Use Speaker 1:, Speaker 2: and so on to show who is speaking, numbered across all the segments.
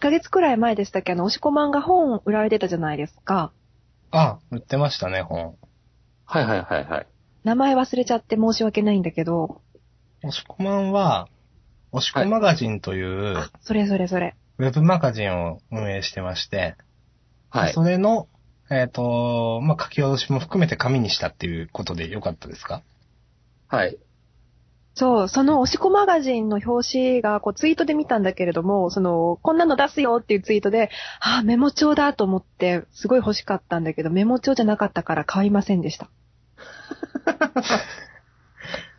Speaker 1: ヶ月くらい前でしたっけあの、押し子漫画本売られてたじゃないですか。
Speaker 2: あ、売ってましたね、本。
Speaker 3: はいはいはいはい。
Speaker 1: 名前忘れちゃって申し訳ないんだけど、
Speaker 2: 押しこまんは、押しこマガジンという、
Speaker 1: あ、それそれそれ。
Speaker 2: ウェブマガジンを運営してまして、
Speaker 3: はい。
Speaker 2: それの、えっ、と、まあ、書き下ろしも含めて紙にしたっていうことでよかったですか
Speaker 3: はい。
Speaker 1: そう、その押し子マガジンの表紙が、こう、ツイートで見たんだけれども、その、こんなの出すよっていうツイートで、あー、メモ帳だと思って、すごい欲しかったんだけど、メモ帳じゃなかったから買いませんでした。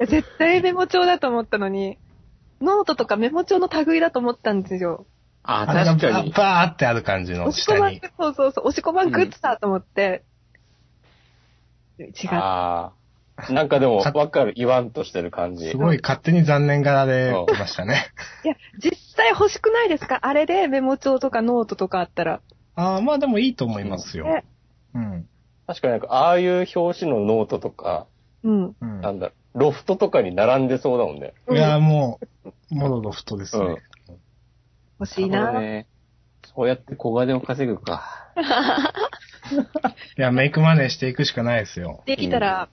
Speaker 1: 絶対メモ帳だと思ったのに、ノートとかメモ帳の類だと思ったんですよ。
Speaker 3: あ、
Speaker 2: れが
Speaker 3: 確か
Speaker 2: バ
Speaker 3: に。
Speaker 2: バーってある感じの
Speaker 1: 押し子
Speaker 2: 下
Speaker 1: マ
Speaker 2: に。、
Speaker 1: そうそうそう、押し子マグッズだと思って、違った。
Speaker 3: ああ。なんかでも
Speaker 2: か、
Speaker 3: わかる。言わんとしてる感じ。
Speaker 2: すごい勝手に残念柄でましたね。
Speaker 1: いや、実際欲しくないですかあれでメモ帳とかノートとかあったら。
Speaker 2: ああ、まあでもいいと思いますよ。
Speaker 1: ね
Speaker 2: うん。
Speaker 3: 確かになんか、ああいう表紙のノートとか、
Speaker 1: うん。
Speaker 2: うん
Speaker 3: なんだ、ロフトとかに並んでそうだもんね。
Speaker 2: いやー、もう、もろロフトですね。
Speaker 1: 欲しいな。
Speaker 3: るほどね。そうやって小金を稼ぐか。
Speaker 2: いや、メイクマネーしていくしかないですよ。
Speaker 1: できたら、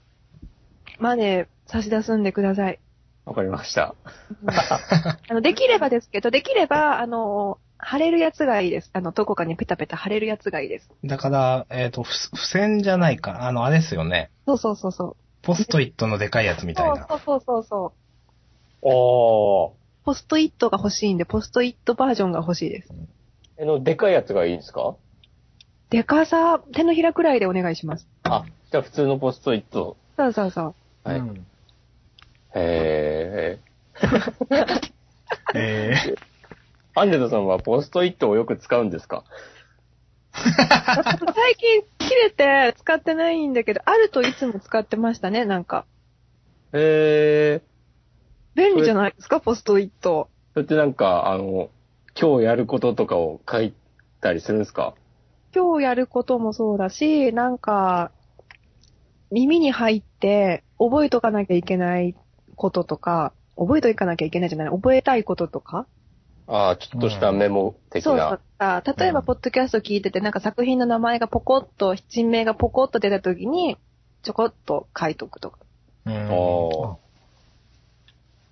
Speaker 1: マネー差し出すんでください。
Speaker 3: わかりました。
Speaker 1: あの、できればですけど、できれば、あの、貼れるやつがいいです。あの、どこかにペタペタ貼れるやつがいいです。
Speaker 2: だから、えっ、と、ふ付箋じゃないか。あの、あれですよね。
Speaker 1: そうそうそうそう。
Speaker 2: ポストイットのでかいやつみたいな。
Speaker 1: そうそうそうそう。
Speaker 3: おー。
Speaker 1: ポストイットが欲しいんで、ポストイットバージョンが欲しいです。
Speaker 3: えの、でかいやつがいいんですか
Speaker 1: でかさ、手のひらくらいでお願いします。
Speaker 3: あ、じゃあ普通のポストイット。
Speaker 1: そうそうそう。
Speaker 3: はい。
Speaker 2: うん
Speaker 3: へー。
Speaker 2: えー、
Speaker 3: アンデルさんはポストイットをよく使うんですか
Speaker 1: 最近切れて使ってないんだけど、あるといつも使ってましたね、なんか。
Speaker 3: へー。
Speaker 1: 便利じゃないですか、ポストイット。
Speaker 3: それってなんか、あの、今日やることとかを書いたりするんですか
Speaker 1: 今日やることもそうだし、なんか、耳に入って覚えとかなきゃいけないこととか、覚えといかなきゃいけないじゃない、覚えたいこととか。
Speaker 3: ああ、ちょっとしたメモ的
Speaker 1: そう
Speaker 3: な
Speaker 1: だ。った。例えば、
Speaker 2: うん
Speaker 1: ポッドキャスト聞いてて、なんか作品の名前がポコッと、人名がポコッと出た時に、ちょこっと書いとくとか。
Speaker 2: うん
Speaker 3: お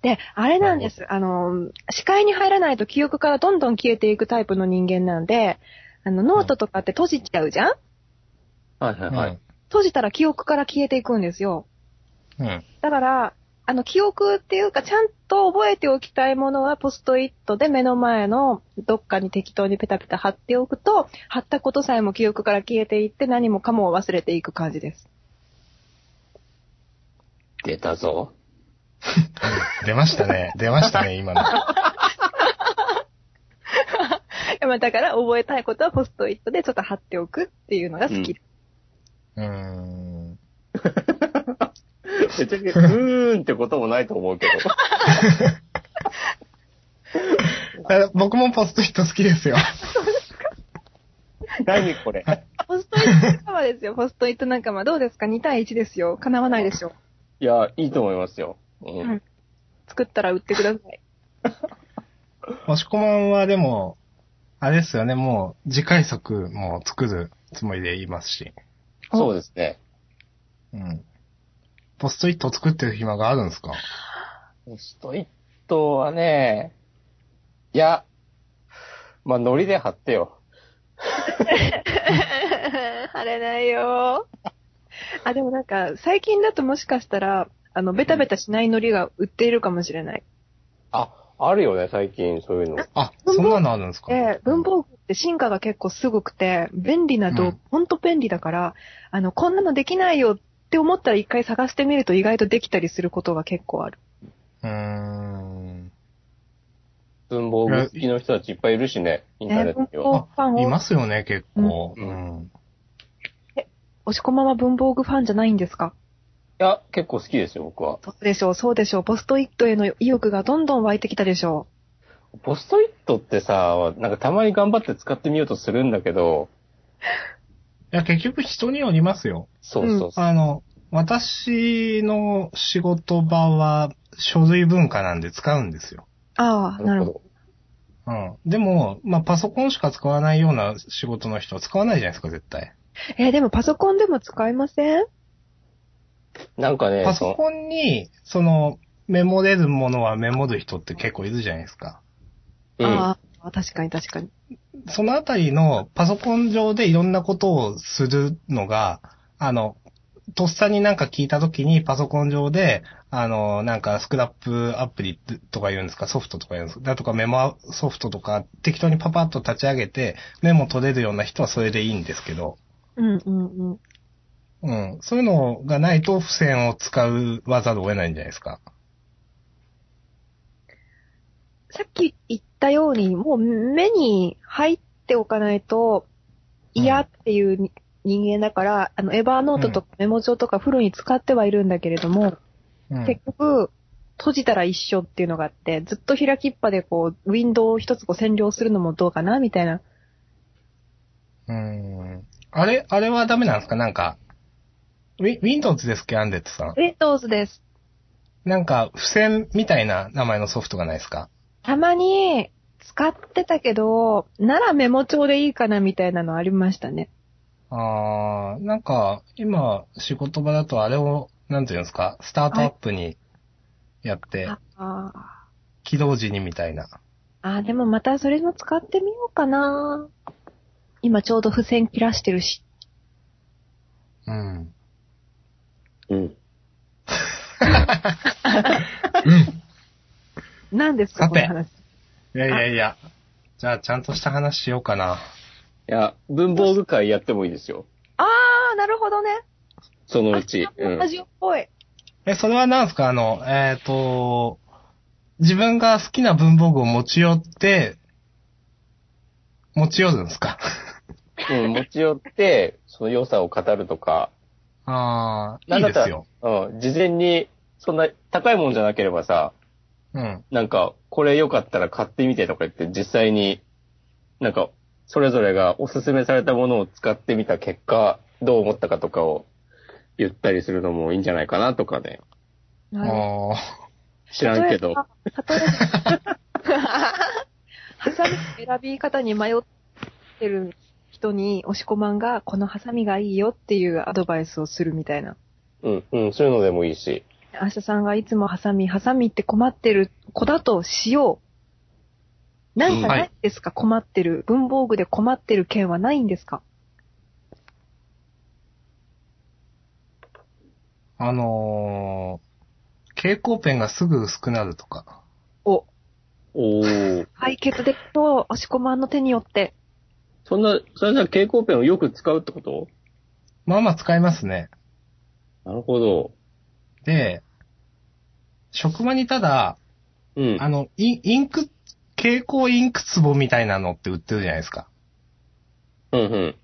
Speaker 1: で、あれなんです。あの、視界に入らないと記憶からどんどん消えていくタイプの人間なんで、あの、ノートとかって閉じちゃうじゃん
Speaker 3: はいはいはい。
Speaker 1: 閉じたら記憶から消えていくんですよ。
Speaker 2: うん。うん。
Speaker 1: だから、あの、記憶っていうか、ちゃんと覚えておきたいものは、ポストイットで目の前のどっかに適当にペタペタ貼っておくと、貼ったことさえも記憶から消えていって、何もかもを忘れていく感じです。
Speaker 3: 出たぞ。
Speaker 2: 出ましたね。出ましたね、今の。
Speaker 1: いやまあだから、覚えたいことはポストイットでちょっと貼っておくっていうのが好き。
Speaker 2: うーん。
Speaker 3: めちゃくちゃ、うーんってこともないと思う けど。
Speaker 2: あ僕もポストイット好きですよ。
Speaker 3: 何これ。
Speaker 1: ポストイット仲間ですよ、ポストイット仲間。どうですか ?2 対1ですよ。叶わないでしょ。
Speaker 3: いや、いいと思いますよ。う
Speaker 1: うん
Speaker 3: ん。
Speaker 1: 作ったら売ってください。
Speaker 2: 押し込まんはでも、あれですよね、もう、次回作も作るつもりでいますし。
Speaker 3: そうですね。
Speaker 2: うん。ポストイット作ってる暇があるんですか
Speaker 3: ポストイットはね、いや、まあ、ノリで貼ってよ。
Speaker 1: 貼れないよ。あ、でもなんか、最近だともしかしたら、あの、ベタベタしない海苔が売っているかもしれない。
Speaker 3: あ、あるよね、最近、そういうの。
Speaker 2: あ、そんなのあるんですか
Speaker 1: で、文房具って進化が結構すごくて、便利な
Speaker 2: う
Speaker 1: と
Speaker 2: ん、
Speaker 1: ほんと便利だから、あの、こんなのできないよって思ったら一回探してみると意外とできたりすることが結構ある。
Speaker 2: うーん。
Speaker 3: 文房具好きの人たちいっぱいいるしね、インターネ
Speaker 1: ね、
Speaker 3: ッ
Speaker 1: 文
Speaker 3: トには。
Speaker 1: 房具ファン
Speaker 2: い
Speaker 1: を、
Speaker 2: ますよね、結構。
Speaker 3: う
Speaker 2: うん。
Speaker 1: 押し込まま文房具ファンじゃないんですか
Speaker 3: いや、結構好きですよ、僕は。
Speaker 1: そうでしょう、そうでしょう。ポストイットへの意欲がどんどん湧いてきたでしょ
Speaker 3: ポストイットってさ、なんかたまに頑張って使ってみようとするんだけど、
Speaker 2: いや、結局人によりますよ。
Speaker 3: そうそうそう。
Speaker 2: あの、私の仕事場は書類文化なんで使うんですよ。
Speaker 1: う。ああ、なるほど。
Speaker 3: ど。
Speaker 2: うん。でも、まあ、パソコンしか使わないような仕事の人は使わないじゃないですか、絶対。
Speaker 1: えーでもパソコンでも使いません
Speaker 3: なんかね、
Speaker 2: パソコンに、その、メモれるものはメモる人って結構いるじゃないですか。
Speaker 3: そのうん、
Speaker 1: ああ、確かに確かに。
Speaker 2: そのあたりのパソコン上でいろんなことをするのが、あの、とっさになんか聞いたときにパソコン上で、あの、なんかスクラップアプリとか言うんですか、ソフトとか言うんですか、だとかメモソフトとか適当にパパッと立ち上げてメモ取れるような人はそれでいいんですけど、
Speaker 1: うんうんうん。
Speaker 2: うん。そういうのがないと付箋を使うわざるを得ないんじゃないですか。
Speaker 1: さっき言ったように、もう目に入っておかないと嫌っていうに人間だから、あの、エバーノートとかメモ帳とかフルに使ってはいるんだけれども、
Speaker 2: うん。
Speaker 1: 結局、閉じたら一緒っていうのがあって、ずっと開きっぱでこう、ウィンドウを一つこう占領するのもどうかなみたいな。
Speaker 2: うん。あれ、あれはダメなんですかなんか、ウィ Windows ですっけアンデッドさん。
Speaker 1: Windows です。
Speaker 2: なんか、付箋みたいな名前のソフトがないですか
Speaker 1: たまに使ってたけど、ならメモ帳でいいかなみたいなのありましたね。
Speaker 2: あー、なんか、今、仕事場だとあれを、なんていうんですか、スタートアップにやって、
Speaker 1: ああ。
Speaker 2: 起動時にみたいな。
Speaker 1: あー、でもまたそれも使ってみようかな。今ちょうど付箋切らしてるし。
Speaker 2: うん。
Speaker 3: うん。
Speaker 2: うん。
Speaker 1: 何ですか
Speaker 2: さ
Speaker 1: この
Speaker 2: て
Speaker 1: 話。
Speaker 2: いやいやいや。じゃあ、ちゃんとした話しようかな。
Speaker 3: いや、文房具会やってもいいですよ。
Speaker 1: あー、なるほどね。
Speaker 3: その
Speaker 1: あ
Speaker 3: うち。う
Speaker 1: ラ
Speaker 3: ん。
Speaker 1: ジオっぽい。
Speaker 2: え、それは何ですかあの、えっ、と、自分が好きな文房具を持ち寄って、持ち寄るんですか
Speaker 3: うん、持ち寄って、その良さを語るとか。
Speaker 2: ああ、
Speaker 3: ないん
Speaker 2: い
Speaker 3: だっ
Speaker 2: で
Speaker 3: た
Speaker 2: す
Speaker 3: ら
Speaker 2: よ。、
Speaker 3: うん、事前に、そんな高いもんじゃなければさ、
Speaker 2: うん。
Speaker 3: なんか、これよかったら買ってみてとか言って、実際に、なんか、それぞれがおすすめされたものを使ってみた結果、どう思ったかとかを言ったりするのもいいんじゃないかなとかね。
Speaker 1: なるほど
Speaker 2: あ
Speaker 3: 知らんけ
Speaker 1: 例え
Speaker 3: ど。
Speaker 1: ば、例えばハサミの選び方に迷ってる人に、押し込まんが、このハサミがいいよっていうアドバイスをするみたいな。
Speaker 3: うん、うん、そういうのでもいいし。
Speaker 1: アシャさんがいつもハサミ、ハサミって困ってる子だとしよう。何かないですか、困ってる。文房具で困ってる件はないんですか
Speaker 2: あ、あのー、蛍光ペンがすぐ薄くなるとか。
Speaker 1: を
Speaker 3: おお。
Speaker 1: 解決できそう、押し込まんの手によって。
Speaker 3: そんな、それじゃあ蛍光ペンをよく使うってこと
Speaker 2: まあまあ使いますね。
Speaker 3: なるほど。
Speaker 2: で、職場にただ、
Speaker 3: うん。
Speaker 2: あの、インインク、蛍光インク壺みたいなのって売ってるじゃないですか。
Speaker 3: うん、うん。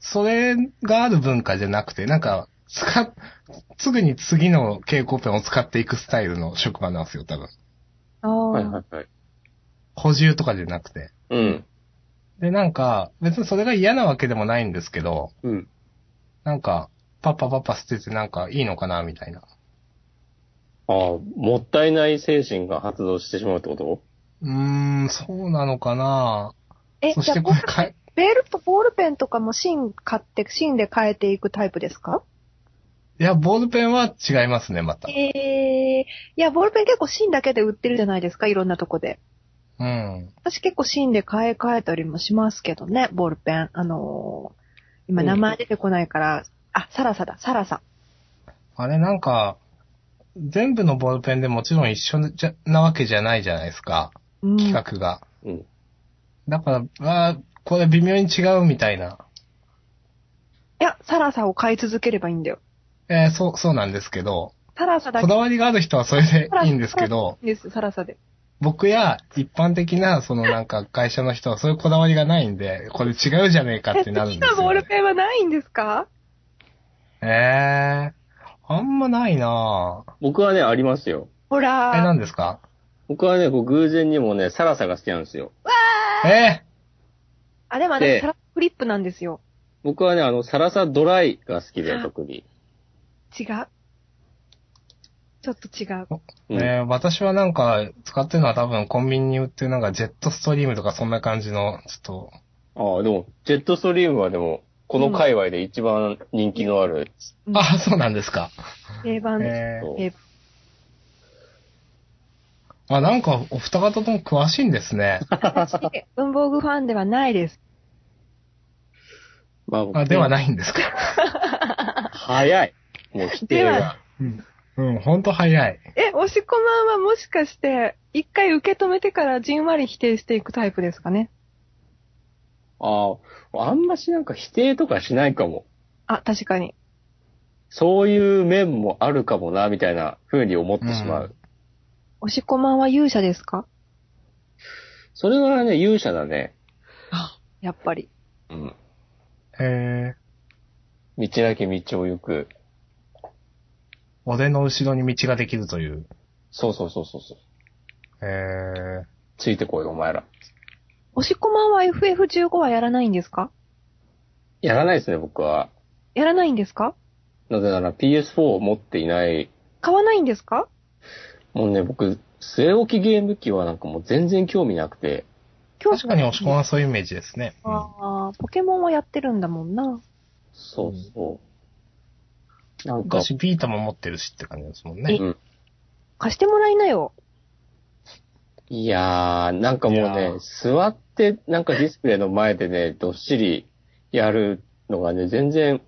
Speaker 2: それがある文化じゃなくて、なんか、使っ、すぐに次の蛍光ペンを使っていくスタイルの職場なんですよ、多分。
Speaker 1: ああ、
Speaker 3: はいはいはい。
Speaker 2: 補充とかじゃなくて。
Speaker 3: うん。
Speaker 2: で、なんか、別にそれが嫌なわけでもないんですけど、
Speaker 3: うん。
Speaker 2: なんか、パッパパッパ捨ててなんかいいのかな、みたいな。
Speaker 3: ああ、もったいない精神が発動してしまうってこと
Speaker 2: うーん、そうなのかな
Speaker 1: え、
Speaker 2: そ
Speaker 1: じ
Speaker 2: し
Speaker 1: ゃあ
Speaker 2: て
Speaker 1: ボ
Speaker 2: これ
Speaker 1: ール
Speaker 2: かい、
Speaker 1: ベールとボールペンとかも芯買って、芯で変えていくタイプですか
Speaker 2: いや、ボールペンは違いますね、また。
Speaker 1: ええいや、ボールペン結構芯だけで売ってるじゃないですか、いろんなとこで。
Speaker 2: うん。
Speaker 1: 私結構芯で買い替えたりもしますけどね、ボールペン。あのー今
Speaker 3: うん
Speaker 1: 名前出てこないから、あ、サラサだ、サラサ。
Speaker 2: あれ、なんか、全部のボールペンでもちろん一緒じゃなわけじゃないじゃないですか、
Speaker 1: うん。
Speaker 2: 企画が。
Speaker 3: うん。
Speaker 2: だから、あーこれ微妙に違うみたいな。
Speaker 1: いや、サラサを買い続ければいいんだよ。
Speaker 2: えーそう、そうなんですけど、
Speaker 1: サラサだ
Speaker 2: こ
Speaker 1: け
Speaker 2: だわりがある人はそれでいいんですけど、
Speaker 1: です、サラサで。
Speaker 2: 僕や一般的な、そのな んか会社の人はそういうこだわりがないんで、これ違うじゃねえかって なるんです
Speaker 1: 好きなボ
Speaker 2: よ、
Speaker 1: ール
Speaker 2: ね。
Speaker 1: ペンはないんですか
Speaker 2: えー、あんまないなぁ。
Speaker 3: 僕はね、ありますよ。
Speaker 1: ほ
Speaker 2: え、
Speaker 1: ら
Speaker 2: な
Speaker 1: ー。
Speaker 2: んですか
Speaker 3: 僕はね、こう偶然にもね、サラサが好きなんですよ。
Speaker 2: え
Speaker 1: あ、でも
Speaker 3: で
Speaker 1: ね、サラフリップなんですよ。
Speaker 3: 僕はね、あの、サラサドライが好きで、特に。
Speaker 1: 違う。ちょっと違う。
Speaker 3: うん
Speaker 2: ね私はなんか使ってるのは多分コンビニに売ってるなんかジェットストリームとかそんな感じの、ちょっと、
Speaker 3: ああ、でも、ジェットストリームはでも、この界隈で一番人気のある、
Speaker 1: うん
Speaker 2: あ、そうなんですか。
Speaker 1: 定番です。
Speaker 2: え
Speaker 3: そう
Speaker 1: 定番
Speaker 2: ー、あ、なんかお二方とも詳しいんですね。
Speaker 1: 私文房具ファンではないです。
Speaker 3: まあ僕
Speaker 2: あ、ではないんですか。
Speaker 3: 早い。もう否定
Speaker 1: で
Speaker 3: が
Speaker 1: は。
Speaker 2: うん。うん、ほんと早い。
Speaker 1: え、押し込まんはもしかして、一回受け止めてからじんわり否定していくタイプですかね。
Speaker 3: ああ、あんましなんか否定とかしないかも。
Speaker 1: あ、確かに。
Speaker 3: そういう面もあるかもな、みたいな風に思ってしまう。
Speaker 2: うん
Speaker 1: 押し込まんは勇者ですか
Speaker 3: それはね、勇者だね。
Speaker 1: やっぱり。
Speaker 3: うん。
Speaker 2: えー、
Speaker 3: 道なき道を行く。
Speaker 2: 俺の後ろに道ができるという。
Speaker 3: そうそうそうそうそう。
Speaker 2: えー、
Speaker 3: ついてこい、お前ら。
Speaker 1: 押し込まんは FF15 はやらないんですか
Speaker 3: やらないですね、僕は。
Speaker 1: やらないんですか
Speaker 3: なぜなら PS4 を持っていない。
Speaker 1: 買わないんですか
Speaker 3: もうね、僕、据え置きゲーム機はなんかもう全然興味なくて。
Speaker 1: 今
Speaker 2: 確かに押し込まんそういうイメージですね。うん
Speaker 1: ああ、ポケモンはやってるんだもんな。
Speaker 3: そうそう。なんか、
Speaker 2: 私、ビータも持ってるしって感じですもんね。
Speaker 3: うん。
Speaker 1: 貸してもらいなよ。
Speaker 3: いやー、なんかもう
Speaker 2: いや
Speaker 3: ね
Speaker 2: ー、
Speaker 3: 座って、なんかディスプレイの前でね、どっしりやるのがね、全然、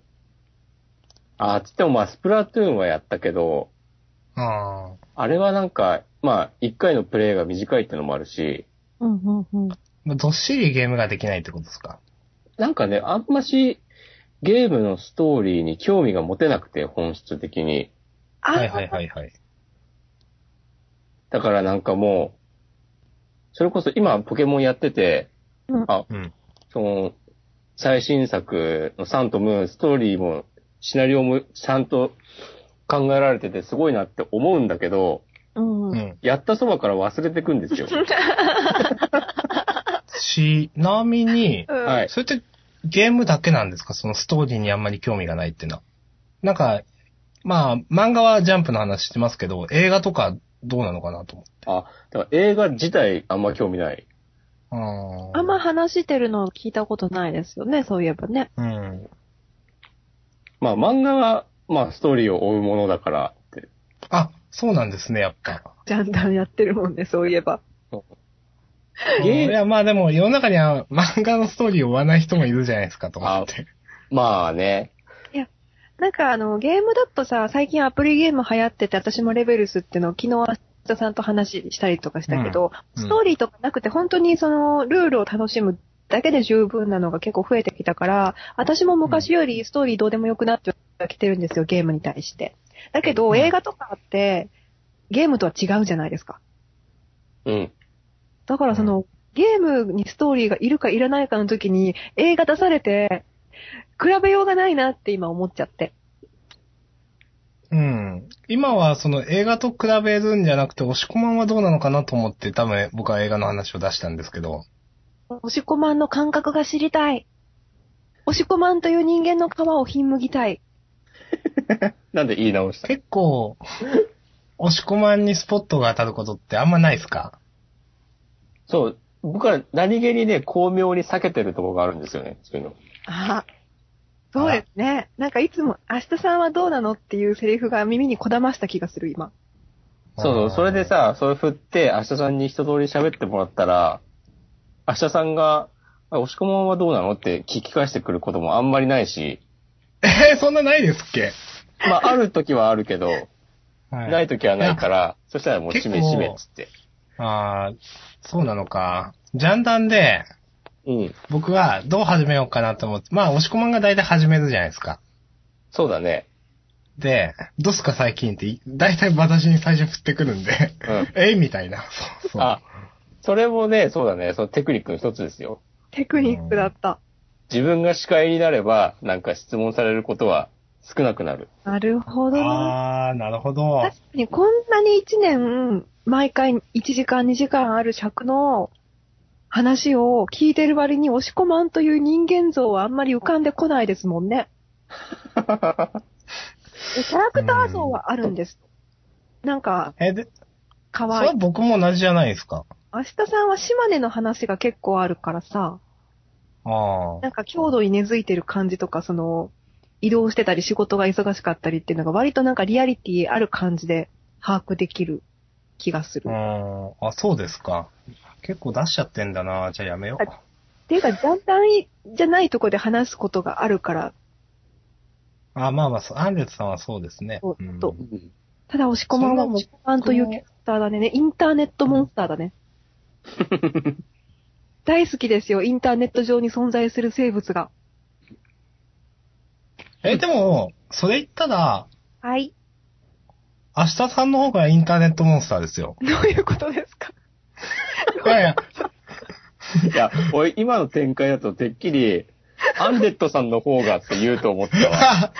Speaker 3: あー、つってもまあ、スプラトゥーンはやったけど、
Speaker 2: ああ。
Speaker 3: あれはなんか、まあ、一回のプレイが短いってのもあるし、
Speaker 1: うんうんうん。
Speaker 2: まあどっしりゲームができないってことですか。
Speaker 3: なんかね、あんまし、ゲームのストーリーに興味が持てなくて、本質的に。
Speaker 1: あ、
Speaker 2: はいはいはいはい。
Speaker 3: だからなんかもう、それこそ今ポケモンやってて、
Speaker 1: うん
Speaker 3: あ、
Speaker 2: うん。
Speaker 3: その、最新作のサンとムーン、ストーリーも、シナリオもちゃんと考えられててすごいなって思うんだけど、
Speaker 1: うん
Speaker 2: う
Speaker 1: うん。
Speaker 2: ん。
Speaker 3: やったそばから忘れてくんですよ。
Speaker 2: ちなみに、
Speaker 3: は
Speaker 1: はい
Speaker 2: それってゲームだけなんですかそのストーリーにあんまり興味がないっていうのは。なんか、まあ、漫画はジャンプの話してますけど、映画とかどうなのかなと
Speaker 3: あ、だから映画自体あんま興味ない。
Speaker 2: 思って。
Speaker 1: あんま、話してるのを聞いたことないですよね、そういえばね。
Speaker 2: うん。
Speaker 3: まあ漫画は、まあストーリーを追うものだからって。
Speaker 2: あ、そうなんですね、やっぱ。
Speaker 1: ジャンダンやってるもんね、そういえば。
Speaker 2: い
Speaker 3: ゲーム、
Speaker 2: や、まあでも世の中には漫画のストーリーを追わない人もいるじゃないですか、と思って。
Speaker 3: まあね。
Speaker 1: なんかあの、ゲームだとさ、最近アプリゲーム流行ってて、私もレベルスっていうのを昨日、明日さんと話したりとかしたけど、
Speaker 2: うん
Speaker 1: ストーリーとかなくて、本当にその、ルールを楽しむだけで十分なのが結構増えてきたから、私も昔よりストーリーどうでもよくなってきてるんですよ、ゲームに対して。だけ
Speaker 2: う
Speaker 1: ど、
Speaker 2: ん
Speaker 1: 映画とかって、ゲームとは違うじゃないですか。
Speaker 3: うん。
Speaker 1: だからその、ゲームにストーリーがいるかいらないかの時に、映画出されて、比べようがないなって今思っちゃって。
Speaker 2: うん。今はその映画と比べるんじゃなくて、押し込まんはどうなのかなと思って、多分僕は映画の話を出したんですけど。
Speaker 1: 押し込まんの感覚が知りたい。押し込まんという人間の皮をひんむぎたい。
Speaker 3: なんで言い直した
Speaker 2: 結構、押し込まんにスポットが当たることってあんまないですか
Speaker 3: そう。僕は何気にね、巧妙に避けてるところがあるんですよね。そういうの。
Speaker 1: あそうですね。なんかいつも、明日さんはどうなのっていうセリフが耳にこだました気がする、今。
Speaker 3: そうそうう、
Speaker 2: ん
Speaker 3: それでさ、それ振って、明日さんに一通り喋ってもらったら、明日さんが、あ押し込まんはどうなのって聞き返してくることもあんまりないし、
Speaker 2: えーそんなないですっけ、
Speaker 3: ま あ、ある時はあるけど、
Speaker 2: は
Speaker 3: ない時はな いから、そしたらもう、しめしめっつって。
Speaker 2: ああ、そうなのか。ジャンダンで、
Speaker 3: うん。
Speaker 2: 僕はどう始めようかなと思って、まあ、押し込まんが大体始めるじゃないですか。
Speaker 3: そうだね。
Speaker 2: で、どうすか最近ってい、大体私に最初振ってくるんで、
Speaker 3: うん。
Speaker 2: えみたいな。そうそう。
Speaker 3: あ、それもね、そうだね、そのテクニックの一つですよ。
Speaker 1: テクニックだった。
Speaker 3: 自分が司会になれば、なんか質問されることは少なくなる。
Speaker 1: なるほど。確
Speaker 2: あー、なるほど。
Speaker 1: かにこんなに一年、毎回1時間2時間ある尺の話を聞いてる割に押し込まんという人間像はあんまり浮かんでこないですもん ね。でキャラクター像はあるんです。なんか、
Speaker 2: え、で、
Speaker 1: か
Speaker 2: そ
Speaker 1: わ
Speaker 2: れ
Speaker 1: いい
Speaker 2: は。僕も同じじゃないですか。
Speaker 1: 明日さんは島根の話が結構あるからさ、
Speaker 2: ああ
Speaker 1: なんか郷土に根付いてる感じとか、その、移動してたり仕事が忙しかったりっていうのが割となんかリアリティある感じで把握できる気がす。
Speaker 2: う
Speaker 1: る。
Speaker 2: ーん。あ、そうですか。結構出しちゃってんだな。じゃあやめよう。
Speaker 1: っていうか、だんだんいじゃないとこで話すことがあるから、
Speaker 2: あ、まあまあそう、アンデツさんはそうですね。
Speaker 1: そう
Speaker 2: うん
Speaker 1: とただ押し込まんは
Speaker 2: そんなもん
Speaker 1: 押し込まんというキャラクターだね。インターネットモンスターだ ね。大好きですよ、インターネット上に存在する生物が。
Speaker 2: え、でも、それ言ったら、
Speaker 1: はい。
Speaker 2: 明日さんの方がインターネットモンスターですよ。
Speaker 1: どういうことですか
Speaker 2: いやい や、
Speaker 3: いや、俺、今の展開だと、てっきり、アンデッドさんの方がって言うと思ったわ。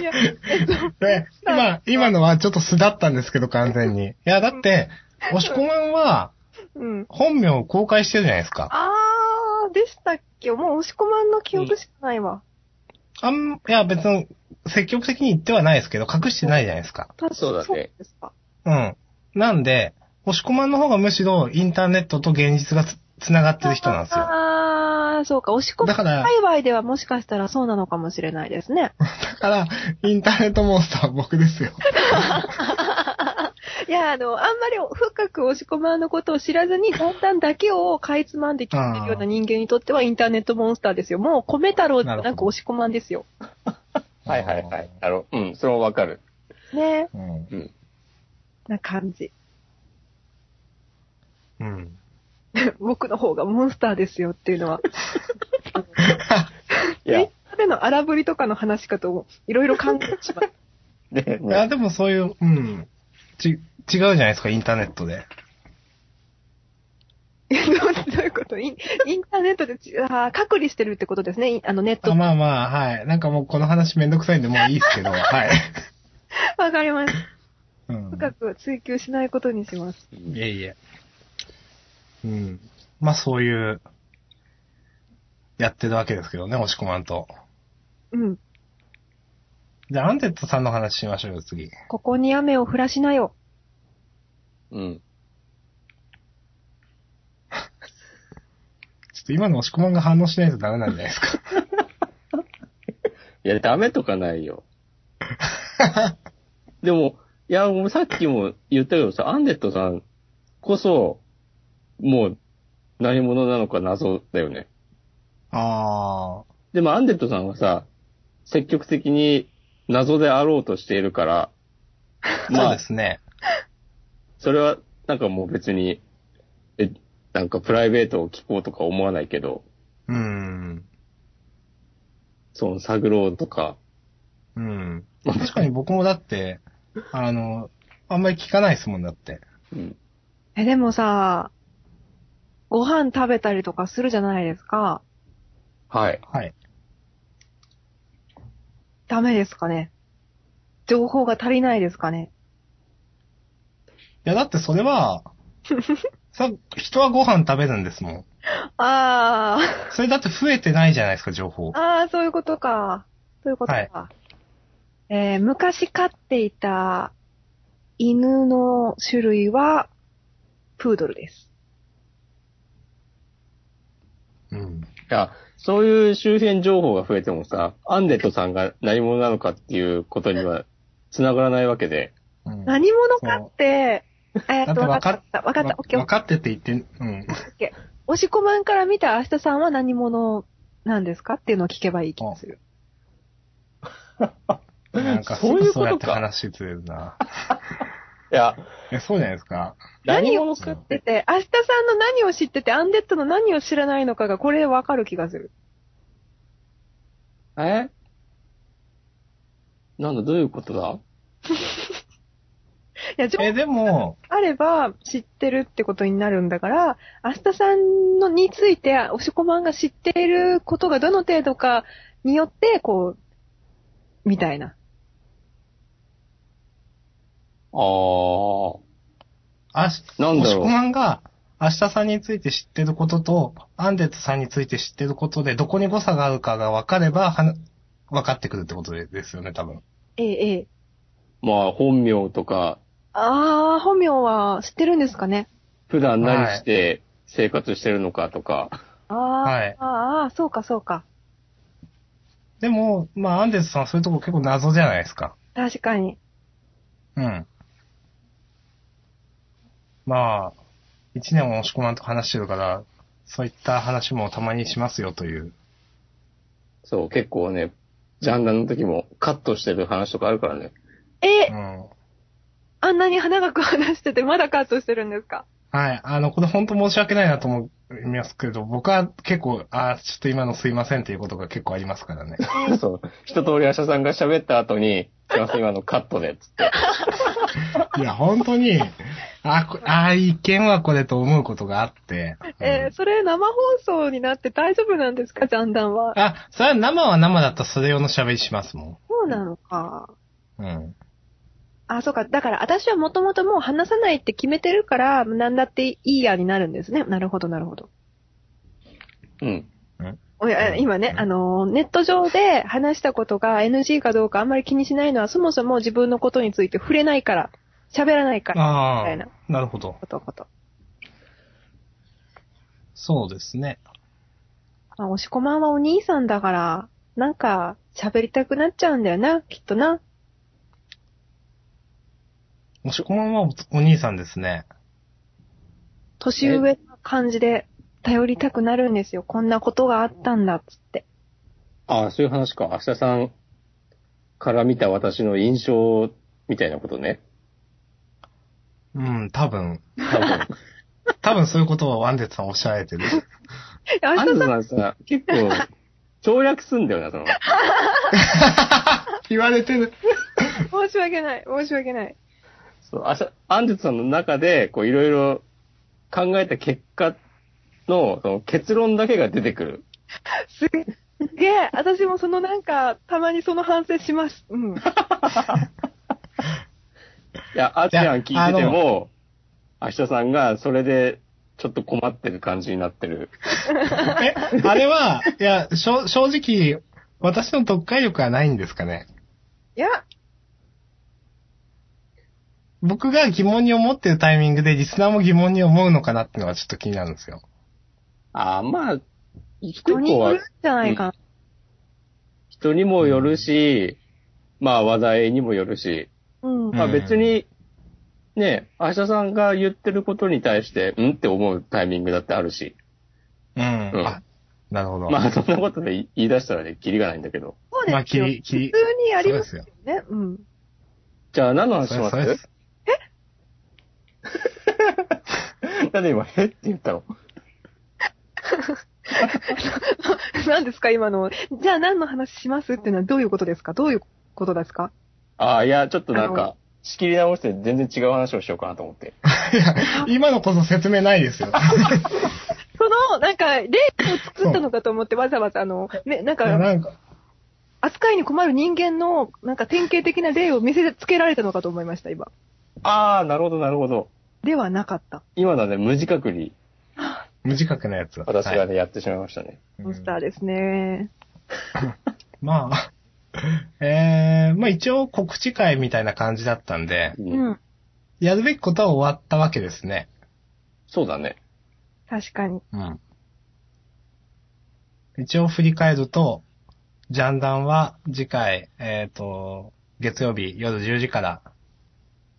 Speaker 1: いや、えっと、
Speaker 2: ね、今、今のはちょっと素だったんですけど、完全に。いや、だって、押し込まんは、
Speaker 1: うん。
Speaker 2: 本名を公開してるじゃないですか。
Speaker 1: あー、でしたっけもう押し込まんの記憶しかないわ。
Speaker 2: あん、いや、別に、積極的に言ってはないですけど、隠してないじゃないですか。
Speaker 1: 確か
Speaker 3: そうだね
Speaker 1: そうですか。
Speaker 2: うん。なんで、押し込まんの方がむしろ、インターネットと現実がつ、つながってる人なんですよ。
Speaker 1: あー、そうか。押し込ま
Speaker 2: だ
Speaker 1: ん
Speaker 2: から、
Speaker 1: 界隈ではもしかしたらそうなのかもしれないですね。
Speaker 2: だから、インターネットモンスターは僕ですよ。
Speaker 1: いや、あの、あんまり深く押し込まんのことを知らずに、だんだんだけをかいつまんで聞いてるような人間にとってはインターネットモンスターですよ。もう米太郎では
Speaker 2: なる
Speaker 1: な
Speaker 2: ほ
Speaker 1: く
Speaker 2: ど
Speaker 1: 押し込まんですよ。
Speaker 3: はいはいはい。あの、うん、それもわかる。
Speaker 1: ね
Speaker 2: うん。
Speaker 3: うん。
Speaker 1: な感じ。
Speaker 2: うん。
Speaker 1: 僕の方がモンスターですよっていうのは。
Speaker 3: いや、
Speaker 1: 彼の荒ぶりとかの話かと思う。いろいろ考えてしまう。
Speaker 3: ね、
Speaker 2: いや、でもそういう、うん。ち、違うじゃないですか、インターネットで。
Speaker 1: えどうどういうことインインターネットでちあー隔離してるってことですね。インあのネット
Speaker 2: あ。まあまあ、はい。なんかもうこの話めんどくさいんで、もういいですけ ど、はい。
Speaker 1: わかります。
Speaker 2: うん。
Speaker 1: 深く追求しないことにします。
Speaker 2: いえいえ。うん。まあそういう、やってるわけですけどね、押し込まんと。
Speaker 1: うん。
Speaker 2: じゃあ、アンデッドさんの話しましょうよ、次。
Speaker 1: ここに雨を降らしなよ。
Speaker 3: うん。
Speaker 2: ちょっと今の押し込まんが反応しないとダメなんじゃないですか。
Speaker 3: いや、ダメとかないよ。 でも、いや、もうさっきも言ったけどさ、アンデッドさんこそ、もう、何者なのか謎だよね。
Speaker 2: あ
Speaker 3: でも、アンデッドさんはさ、積極的に謎であろうとしている から、
Speaker 2: あ、
Speaker 3: ま
Speaker 2: そう
Speaker 3: あ
Speaker 2: で、すね。
Speaker 3: それは、なんかもう別に、え、なんかプライベートを聞こうとか思わないけど、
Speaker 2: うん。
Speaker 3: その探ろうとか、
Speaker 2: うん。
Speaker 3: まあ
Speaker 2: 確かに僕もだって、あの、あんまり聞かないですもんだって。
Speaker 3: うん、
Speaker 1: え、でもさ、ご飯食べたりとかするじゃないですか。
Speaker 3: はい。
Speaker 2: はい。
Speaker 1: ダメですかね。情報が足りないですかね。
Speaker 2: いや、だってそれは、 さ、人はご飯食べるんですもん。
Speaker 1: あ
Speaker 2: それだって増えてないじゃないですか、情報
Speaker 1: ー、。あー、そういうことか。そういうことか。えー昔飼っていた犬の種類は、プードルです。
Speaker 2: うん。
Speaker 3: いや、そういう周辺情報が増えてもさ、アンデッドさんが何者なのかっていうことには繋がらないわけで、
Speaker 2: うん
Speaker 1: 何者かって、えーっと、
Speaker 2: だ
Speaker 1: わ
Speaker 2: って
Speaker 1: かった、わかった、オッケー、オ
Speaker 2: わ
Speaker 1: ッケー。
Speaker 2: かってって言ってん、 うん。
Speaker 1: 押し込まんから見た明日さんは何者なんですかっていうのを聞けばいい気がする。
Speaker 2: なんか、
Speaker 3: そういうことか
Speaker 2: そうやって話ずれるな。
Speaker 3: いや、
Speaker 2: いや、そうじゃないですか。
Speaker 3: 何
Speaker 1: 何
Speaker 3: 者
Speaker 1: を
Speaker 3: か
Speaker 1: 知
Speaker 3: っ、
Speaker 1: っててて、明日さんの何を知ってて、アンデッドの何を知らないのかが、これでわかる気がする。
Speaker 3: えなんだ、どういうことだ
Speaker 1: いや、情報
Speaker 2: え、でも、
Speaker 1: あれば知ってるってことになるんだから、明日さんのについて、押し込まんが知っていることがどの程度かによって、こう、みたいな。
Speaker 3: あー。
Speaker 2: あし、
Speaker 3: なんだろう
Speaker 2: しこまんが、明日さんについて知ってることと、アンデッドさんについて知ってることで、どこに誤差があるかが分かれば、はな、分かってくるってことでですよね、多分。
Speaker 1: ええ、ええ。
Speaker 3: まあ、本名とか、
Speaker 1: あー、本名は知ってるんですかね。
Speaker 3: 普段何して生活してるのかとか、
Speaker 1: あー、
Speaker 2: はい
Speaker 1: あー、そうかそうか。
Speaker 2: でも、まあ、アンデスさんはそういうとこ結構謎じゃないですか。
Speaker 1: 確かに。
Speaker 2: うん。まあ、一年も押し込まんと話してるから、そういった話もたまにしますよという。
Speaker 3: そう、結構ね、ジャンダンの時もカットしてる話とかあるからね。
Speaker 1: え
Speaker 2: う、ん。
Speaker 1: あんなに花がく話しててまだカットしてるんですか
Speaker 2: はい。あの、これ本当申し訳ないなと思いますけど、僕は結構、あーちょっと今のすいませんっていうことが結構ありますからね。
Speaker 3: そう。一通りアシャさんが喋った後に、すいません、今のカットで、つって。
Speaker 2: いや、本当に、あ、こあー、意見はこれと思うことがあって。うん
Speaker 1: えーそれ生放送になって大丈夫なんですかジャンダンは。
Speaker 2: あ、それは生は生だったらそれ用の喋りしますも
Speaker 1: そうなのか。
Speaker 2: ん。うん。
Speaker 1: あ、そうか。だから私はもともともう話さないって決めてるから、なんだっていいやになるんですね。なるほど、なるほど。
Speaker 3: うん。
Speaker 1: おや
Speaker 2: うん
Speaker 1: 今ね
Speaker 2: う、ん
Speaker 1: あの、ネット上で話したことが NG かどうかあんまり気にしないのは、そもそも自分のことについて触れないから、喋らないから、み
Speaker 2: あ
Speaker 1: たいな
Speaker 2: あ、なるほど。
Speaker 1: ことこと。
Speaker 2: そうですね。
Speaker 1: まあ、押し込まんはお兄さんだから、なんか、喋りたくなっちゃうんだよな、きっとな。
Speaker 2: もしこのままお兄さんですね。
Speaker 1: 年上の感じで頼りたくなるんですよ。こんなことがあったんだ、つって。
Speaker 3: ああ、そういう話か。アシャさんから見た私の印象、みたいなことね。
Speaker 2: うん、多分。
Speaker 3: 多分。
Speaker 2: 多分そういうことをワンデッツさんおっしゃられてる。
Speaker 1: あ
Speaker 3: アン
Speaker 1: ん
Speaker 3: ズ
Speaker 1: た
Speaker 3: さんさ、結構、省略すんだよな、その。
Speaker 2: 言われてる。
Speaker 1: 申し訳ない、申し訳ない。
Speaker 3: そう、アシャ、アンジュさんの中で、こう、いろいろ考えた結果の、その結論だけが出てくる。
Speaker 1: すげえ、私もそのなんか、たまにその反省します。うん。
Speaker 3: いや、アジアン聞
Speaker 2: いや
Speaker 3: いてて
Speaker 2: あ
Speaker 3: も、アシャさんがそれで、ちょっと困ってる感じになってる。
Speaker 2: え、あれは、いや、しょ正直、私の読解力はないんですかね。
Speaker 1: いや、
Speaker 2: 僕が疑問に思ってるタイミングでリスナーも疑問に思うのかなっていうのがちょっと気になるんですよ。
Speaker 3: ああ、まあ、結
Speaker 1: 人に
Speaker 3: 構
Speaker 1: よ
Speaker 3: は
Speaker 1: るんじゃないかな。
Speaker 3: 人にもよるし、まあ話題にもよるし、
Speaker 1: うん。
Speaker 2: うん
Speaker 3: まあ別に、ね、明日さんが言ってることに対して、んって思うタイミングだってあるし、
Speaker 2: うん。
Speaker 3: うん
Speaker 2: あ、なるほど。
Speaker 3: まあそんなことで言い出したらね、キリがないんだけど。
Speaker 1: そう
Speaker 2: まあ
Speaker 1: ですよ。
Speaker 2: きき
Speaker 1: 普通にありますよ
Speaker 2: そ
Speaker 1: ね。うん。
Speaker 3: じゃあ何の話
Speaker 2: そ
Speaker 3: し
Speaker 2: れ
Speaker 3: ま
Speaker 2: それですす。
Speaker 3: なんで今、えって言ったの
Speaker 1: 何ですか、今の。じゃあ何の話しますってのはどういうことですかどういうことですか
Speaker 3: ああ、いや、ちょっとな
Speaker 1: あ
Speaker 3: んか、仕切り直して全然違う話をしようかなと思って。
Speaker 2: いや今のこそ説明ないですよ。
Speaker 1: その、なんか、例を作ったのかと思ってわざわざ、あの、ね、なん
Speaker 2: いや
Speaker 1: か、
Speaker 2: なんか、
Speaker 1: 扱いに困る人間の、なんか典型的な例を見せつけられたのかと思いました、今。
Speaker 3: ああ、なるほど、なるほど。
Speaker 1: ではなかった。
Speaker 3: 今のはね、無自覚に
Speaker 2: 無自覚なやつ。
Speaker 3: 私が
Speaker 2: はい
Speaker 3: ね、やってしまいましたね。
Speaker 2: うん
Speaker 1: モンスターですね。
Speaker 2: まあ、 えー、まあ一応告知会みたいな感じだったんで、
Speaker 1: う
Speaker 3: うん
Speaker 1: ん。
Speaker 2: やるべきことは終わったわけですね。
Speaker 3: そうだね。
Speaker 1: 確かに。
Speaker 2: うん。一応振り返ると、ジャンダンは次回、えっ、と、月曜日夜10時から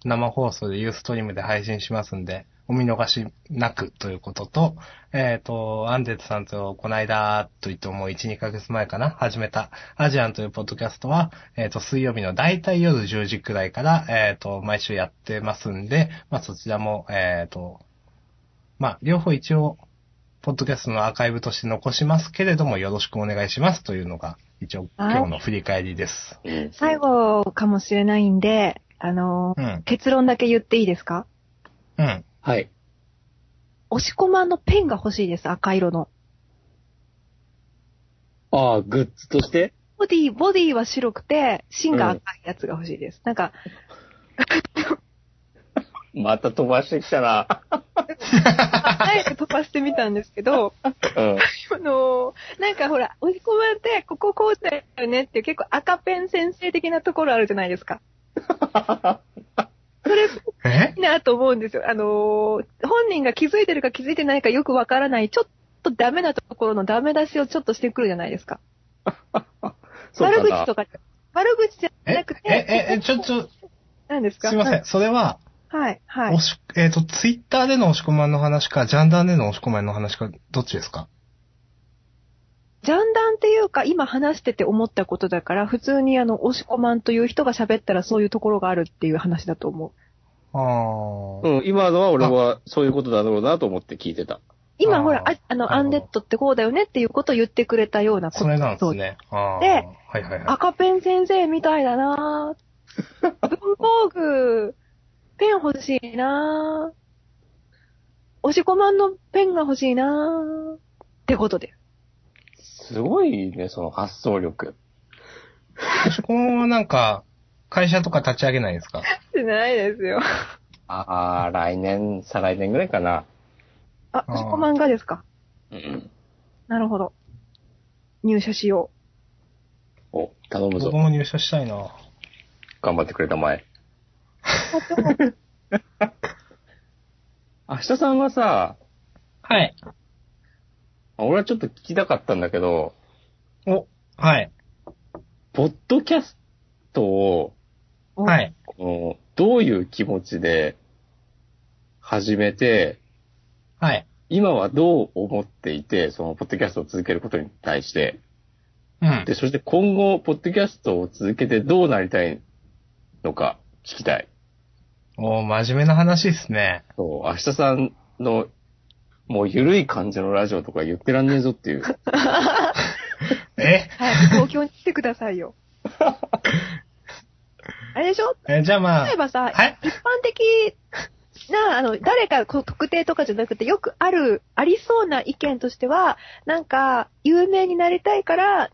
Speaker 2: 生放送でユーストリームで配信しますんで、お見逃しなくということと、えっ、と、アンデットさんとこの間と言ってもう1、2ヶ月前かな、始めたアジアンというポッドキャストは、えっ、と、水曜日のだいたい夜10時くらいから、えっ、と、毎週やってますんで、まあそちらも、えっ、と、まあ両方一応ポッドキャストのアーカイブとして残しますけれども、よろしくお願いしますというのが、一応
Speaker 1: はい
Speaker 2: 今日の振り返りです。
Speaker 3: うん
Speaker 1: 最後かもしれないんで、あの、
Speaker 2: うん。
Speaker 1: 結論だけ言っていいですか
Speaker 2: うん。
Speaker 3: はい。
Speaker 1: 押し込まんのペンが欲しいです、赤色の。
Speaker 3: ああ、グッズとして
Speaker 1: ボディ、ボディは白くて、芯が赤いやつが欲しいです。なんか、
Speaker 3: また飛ばしてきた な。
Speaker 1: あえて飛ばしてみたんですけど、
Speaker 3: うん。
Speaker 1: あのーなんかほら、押し込まれて、こここうだよねっていう結構赤ペン先生的なところあるじゃないですか。それ、
Speaker 2: え
Speaker 1: いいなと思うんですよ。あのー本人が気づいてるか気づいてないかよくわからない、ちょっとダメなところのダメ出しをちょっとしてくるじゃないですか。
Speaker 3: そう
Speaker 1: 悪
Speaker 3: か
Speaker 1: 口
Speaker 3: な
Speaker 1: と。か、悪口じゃ
Speaker 2: え
Speaker 1: なくて、
Speaker 2: え、え、え、ちょ、ちょ、
Speaker 1: 何ですか
Speaker 2: すいませ
Speaker 1: はい
Speaker 2: ん。それは、
Speaker 1: はい、はい
Speaker 2: お。し、えっ、と、ツイッターでの押し込まんの話か、ジャンダンでの押し込まんの話か、どっちですか
Speaker 1: ジャンダンっていうか、今話してて思ったことだから、普通にあの、押し込まんという人が喋ったらそういうところがあるっていう話だと思う。
Speaker 2: ああ、
Speaker 3: うん、今のは俺はそういうことだろうなと思って聞いてた。
Speaker 1: 今
Speaker 2: あー
Speaker 1: ほら、ああの、
Speaker 2: なるほど
Speaker 1: アンデッドってこうだよねっていうことを言ってくれたようなこと。
Speaker 2: それなんです
Speaker 1: そう。
Speaker 2: ね。ああ。
Speaker 1: で
Speaker 2: はいはいはい。
Speaker 1: 赤ペン先生みたいだなぁ文房具、ペン欲しいなぁ押し込まんのペンが欲しいなぁってことで。
Speaker 3: すごいね、その発想力。
Speaker 2: 押し込まんはなんか、会社とか立ち上げないんですか
Speaker 1: してないですよ。
Speaker 3: ああ、来年、再来年ぐらいかな。
Speaker 1: あ、
Speaker 2: あー
Speaker 1: 押し込まんがですか
Speaker 3: うん。
Speaker 1: なるほど。入社しよ
Speaker 3: お、頼むぞ
Speaker 2: 僕。も入社したいな。
Speaker 3: 頑張ってくれたまえ。 明日さんがさ、
Speaker 2: はい。
Speaker 3: 俺はちょっと聞きたかったんだけど、
Speaker 2: お、はい。
Speaker 3: ポッドキャストを、
Speaker 1: う。。
Speaker 2: はいい。
Speaker 3: このどういう気持ちで始めて、
Speaker 2: はい。
Speaker 3: 今はどう思っていて、そのポッドキャストを続けることに対して、
Speaker 2: うん
Speaker 3: で、。そして今後、ポッドキャストを続けてどうなりたいのか聞きたい。
Speaker 2: お真面目な話ですね。
Speaker 3: そう、明日さんの、もう緩い感じのラジオとか言ってらんねえぞって いう。
Speaker 2: え
Speaker 1: はい。東京に来てくださ いよ。あれでしょ
Speaker 2: え、じゃあまあ
Speaker 1: 例え、ばさ、
Speaker 2: はい。
Speaker 1: 一般的な、あの、誰かこう特定とかじゃなくて、よくある、ありそうな意見としては、なんか、有名になりたいから、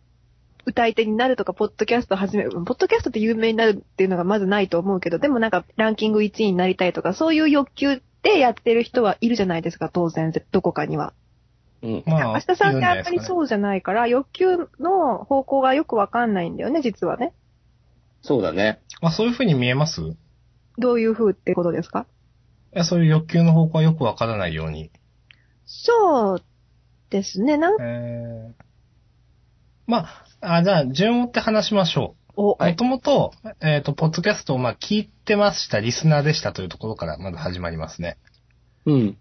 Speaker 1: 歌い手になるとか、ポッドキャスト始める。ポッドキャストって有名になるっていうのがまずないと思うけど、でもなんか、ランキング1位になりたいとか、そういう欲求でやってる人はいるじゃないですか、当然、どこかには。
Speaker 3: うん。
Speaker 2: まあ、
Speaker 1: 明日さんってあ
Speaker 2: いるじゃない
Speaker 1: ん
Speaker 2: で
Speaker 1: ますり
Speaker 2: かね
Speaker 1: そうじゃないから、欲求の方向がよくわかんないんだよね、実はね。
Speaker 3: そうだね。
Speaker 2: あ、そういう風に見えますい
Speaker 1: どういう風ってことですか
Speaker 2: や、そういう欲求の方向はよくわからないように。
Speaker 1: そうですね、なん
Speaker 2: えー、まあ、あ、じゃあ、順を追って話しましょ
Speaker 1: お
Speaker 2: う。
Speaker 3: はい
Speaker 2: もともと、えっ、と、ポッドキャストを、まあ、聞いてました、リスナーでしたというところから、まず始まりますね。
Speaker 3: うん。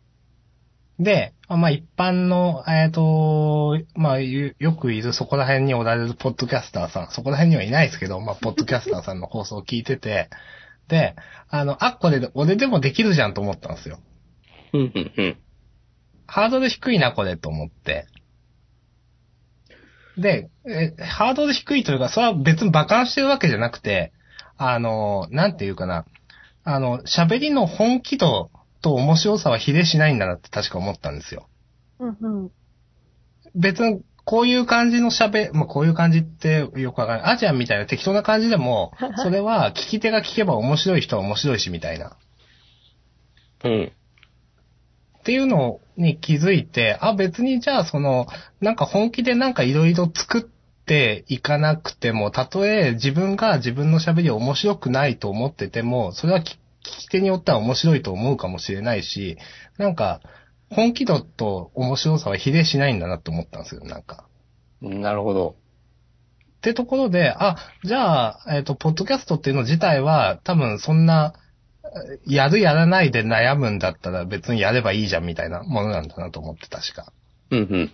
Speaker 2: で、あまあ、一般の、えっ、と、まあ、ゆよくいる、そこら辺におられるポッドキャスターさん、そこら辺にはいないですけど、まあ、ポッドキャスターさんの放送を聞いてて、で、あの、あ、これ、俺でもできるじゃんと思ったんですよ。
Speaker 3: うん、うん、うん。
Speaker 2: ハードル低いな、これ、と思って。で、えハードル低いというか、それは別に馬鹿してるわけじゃなくて、あの、なんていうかな、あの、喋りの本気度と面白さは比例しないんだなって確か思ったんですよ。
Speaker 1: うんうん。
Speaker 2: 別に、こういう感じの喋、まあ、こういう感じってよくわかんない。アジアンみたいな適当な感じでも、それは聞き手が聞けば面白い人は面白いし、みたいな。
Speaker 3: うん。
Speaker 2: っていうのに気づいて、あ、別にじゃあその、なんか本気でなんかいろいろ作っていかなくても、たとえ自分が自分の喋りを面白くないと思ってても、それは聞聞き手によっては面白いと思うかもしれないし、なんか、本気度と面白さは比例しないんだなって思ったんですよ、なんか。
Speaker 3: なるほど。
Speaker 2: ってところで、あ、じゃあ、えっ、と、ポッドキャストっていうの自体は、多分そんな、えやるやらないで悩むんだったら別にやればいいじゃんみたいなものなんだなと思って確か。
Speaker 3: うん、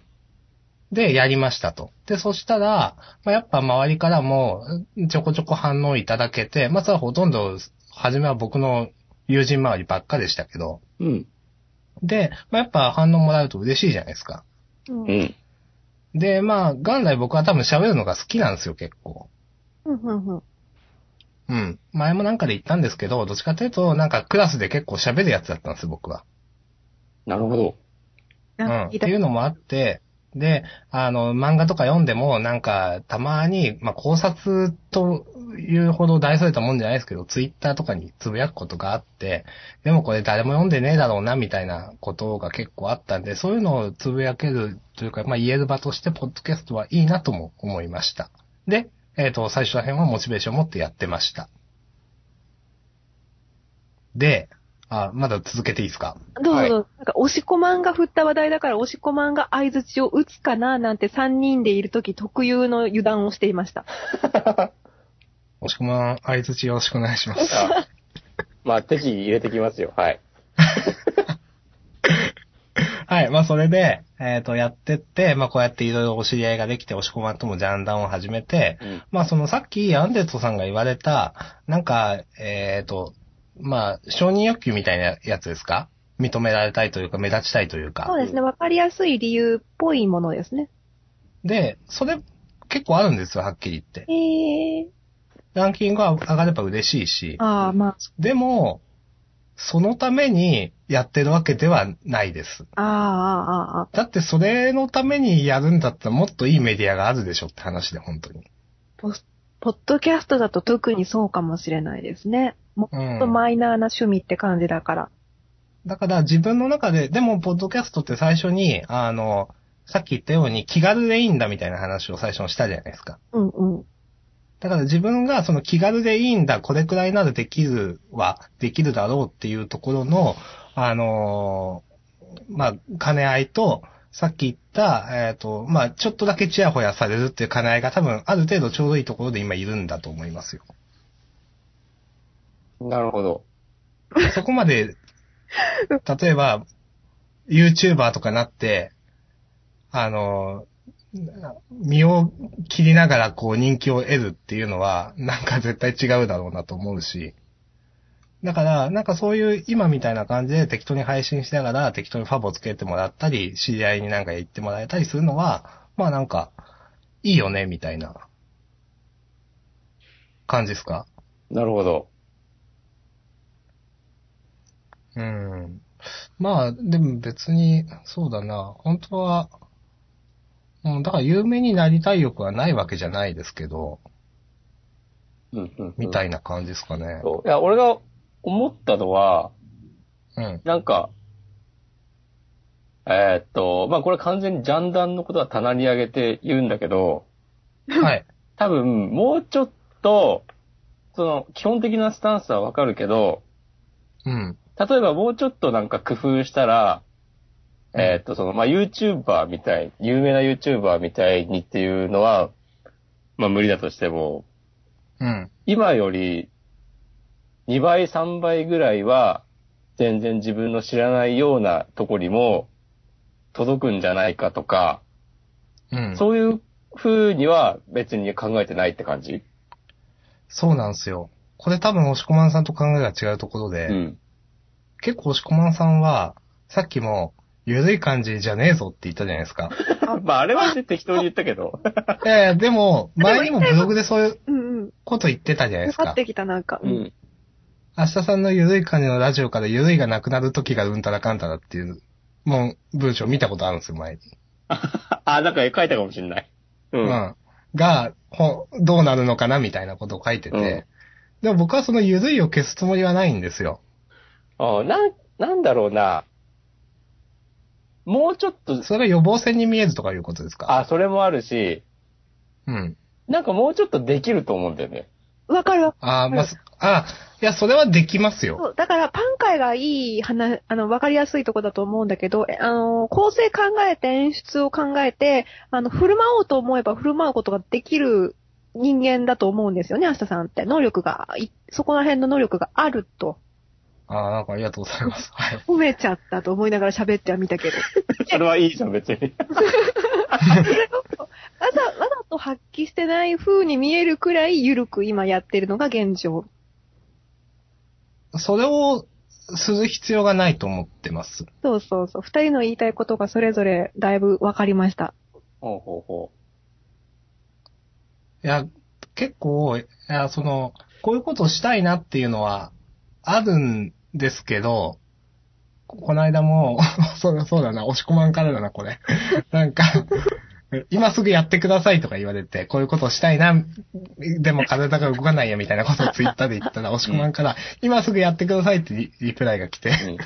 Speaker 2: で、やりましたと。で、そしたら、まあ、やっぱ周りからも、うんちょこちょこ反応いただけて、まあ、それはほとんど、初めは僕の友人周りばっかでしたけど、
Speaker 3: うん。うん。
Speaker 2: で、まあ、やっぱ反応もらうと嬉しいじゃないですか。
Speaker 1: うん
Speaker 3: う。ん。
Speaker 2: で、まあ、元来僕は多分喋るのが好きなんですよ、結構。
Speaker 1: うんうんうん。
Speaker 2: うん。前もなんかで言ったんですけど、どっちかというと、なんかクラスで結構喋るやつだったんです、僕は。
Speaker 3: なるほ ど。
Speaker 2: うん。って
Speaker 1: た
Speaker 2: いうのもあって、で、あの、漫画とか読んでも、なんか、たまに、まあ、考察というほど大それたもんじゃないですけど、ツイッターとかにつぶやくことがあって、でもこれ誰も読んでねえだろうな、みたいなことが結構あったんで、そういうのをつぶやけるというか、まあ、言える場として、ポッドキャストはいいなとも思いました。で、えっ、と、最初ら辺はモチベーションを持ってやってました。で、あ、まだ続けていいですか
Speaker 1: どうぞどうぞ、
Speaker 3: は
Speaker 1: なんか、押し子マンが振った話題だから、押し子マンが相槌を打つかな、なんて3人でいるとき特有の油断をしていました。
Speaker 2: おしくまん、相槌よろしくお願いします。
Speaker 3: あまあ、適宜入れてきますよ。はい。
Speaker 2: はい。まあ、それで、えっ、と、やってって、まあ、こうやっていろいろお知り合いができて、押し込まんともジャンダンを始めて、
Speaker 3: うん
Speaker 2: まあ、そのさっき、アンデットさんが言われた、なんか、えっ、と、まあ、承認欲求みたいなやつですか認められたいというか、目立ちたいという
Speaker 1: そ
Speaker 2: か。
Speaker 1: うですね、わかりやすい理由っぽいものですね。
Speaker 2: で、それ、結構あるんですよ、はっきり言って。
Speaker 1: へえ。
Speaker 2: ランキングが上がれば嬉しいし、
Speaker 1: ああ、ま
Speaker 2: でも、そのためにやってるわけではないです。
Speaker 1: あ、ああ、ああ、ああ。
Speaker 2: だってそれのためにやるんだったらもっといいメディアがあるでしょって話で、本当に。
Speaker 1: ポスポッドキャストだと特にそうかもしれないですね。も
Speaker 2: う
Speaker 1: っと
Speaker 2: ん。
Speaker 1: マイナーな趣味って感じだから。
Speaker 2: だから自分の中で、でも、ポッドキャストって最初に、あの、さっき言ったように気軽でいいんだみたいな話を最初にしたじゃないですか。
Speaker 1: うんうん。
Speaker 2: だから自分がその気軽でいいんだ、これくらいならできるは、できるだろうっていうところの、あのーまあ、兼ね合いと、さっき言った、えっ、と、まあ、ちょっとだけチヤホヤされるっていう兼ね合いが多分ある程度ちょうどいいところで今いるんだと思いますよ。
Speaker 3: なるほど。
Speaker 2: そこまで、例えば、YouTuber とかなって、あの、身を切りながらこう人気を得るっていうのは、なんか絶対違うだろうなと思うし。だから、なんかそういう今みたいな感じで適当に配信しながら適当にファボつけてもらったり、知り合いになんか言ってもらえたりするのは、まあなんか、いいよね、みたいな、感じですか
Speaker 3: なるほど。
Speaker 2: うん。まあ、でも別に、そうだな、本当は、うん、だから有名になりたい欲はないわけじゃないですけど、
Speaker 3: うんうんうん
Speaker 2: みたいな感じですかね。
Speaker 3: そういや、俺が思ったのは、
Speaker 2: うん。
Speaker 3: なんか、えーっと、まあこれ完全にジャンダンのことは棚に上げて言うんだけど、
Speaker 2: はい。
Speaker 3: 多分もうちょっと、その基本的なスタンスはわかるけど、
Speaker 2: うん。
Speaker 3: 例えばもうちょっとなんか工夫したら、えーっと、その、まあ、YouTuber みたい、有名な YouTuber みたいにっていうのは、まあ、無理だとしても、
Speaker 2: うん。
Speaker 3: 今より2倍、3倍ぐらいは、全然自分の知らないようなとこにも届くんじゃないかとか、
Speaker 2: うん。
Speaker 3: そういう風には別に考えてないって感じ、
Speaker 2: そうなんですよ。これ多分、押し込まんさんと考えが違うところで、
Speaker 3: うん。
Speaker 2: 結構押し込まんさんは、さっきも、ゆるい感じじゃねえぞって言ったじゃないですか。
Speaker 3: まあ、あれは適当に言ったけど。
Speaker 2: いやいや、でも、前にもブログでそういう
Speaker 1: うんうん。
Speaker 2: こと言ってたじゃないです
Speaker 1: 分か
Speaker 2: か
Speaker 1: っ。てきた、なんか。
Speaker 3: うん。
Speaker 2: 明日さんのゆるい感じのラジオからゆるいがなくなる時がうんたらかんたらっていう、もう文章見たことあるんですよ、前に。
Speaker 3: あ、なんか書いたかもしんない。う。
Speaker 2: うんん。が、ほどうなるのかなみたいなことを書いてて。でも僕はそのゆるいを消すつもりはないんですよ。
Speaker 3: あなん、なんだろうな。もうちょっと、
Speaker 2: それが予防線に見えるとかいうことですか
Speaker 3: あ、それもあるし、
Speaker 2: うん。
Speaker 3: なんかもうちょっとできると思うんだよね。
Speaker 1: わかるわ。
Speaker 2: あーまあ、すあ、いや、それはできますよ。
Speaker 1: そうだから、パン会がいい話、あの、わかりやすいとこだと思うんだけど、えあの、構成考えて演出を考えて、あの、振る舞おうと思えば振る舞うことができる人間だと思うんですよね、明日さんって。能力が、いそこら辺の能力があると。
Speaker 2: あーなんかありがとうございます。はい。
Speaker 1: 褒めちゃったと思いながら喋ってはみたけど。
Speaker 3: それはいいじゃん、別に。
Speaker 1: わざ、わざと発揮してない風に見えるくらい緩く今やってるのが現状。
Speaker 2: それをする必要がないと思ってます。
Speaker 1: そうそうそう。二人の言いたいことがそれぞれだいぶわかりました。
Speaker 3: ほうほうほ
Speaker 2: いや、結構、いや、その、こういうことをしたいなっていうのはあるんですけど、この間も、 そうだそうだな、押し込まんからだな、これ。 なんか、今すぐやってくださいとか言われて、こういうことをしたいな、でも体が動かないやみたいなことをツイッターで言ったら、押し込まんから、今すぐやってくださいってリリプライが来て
Speaker 3: う。、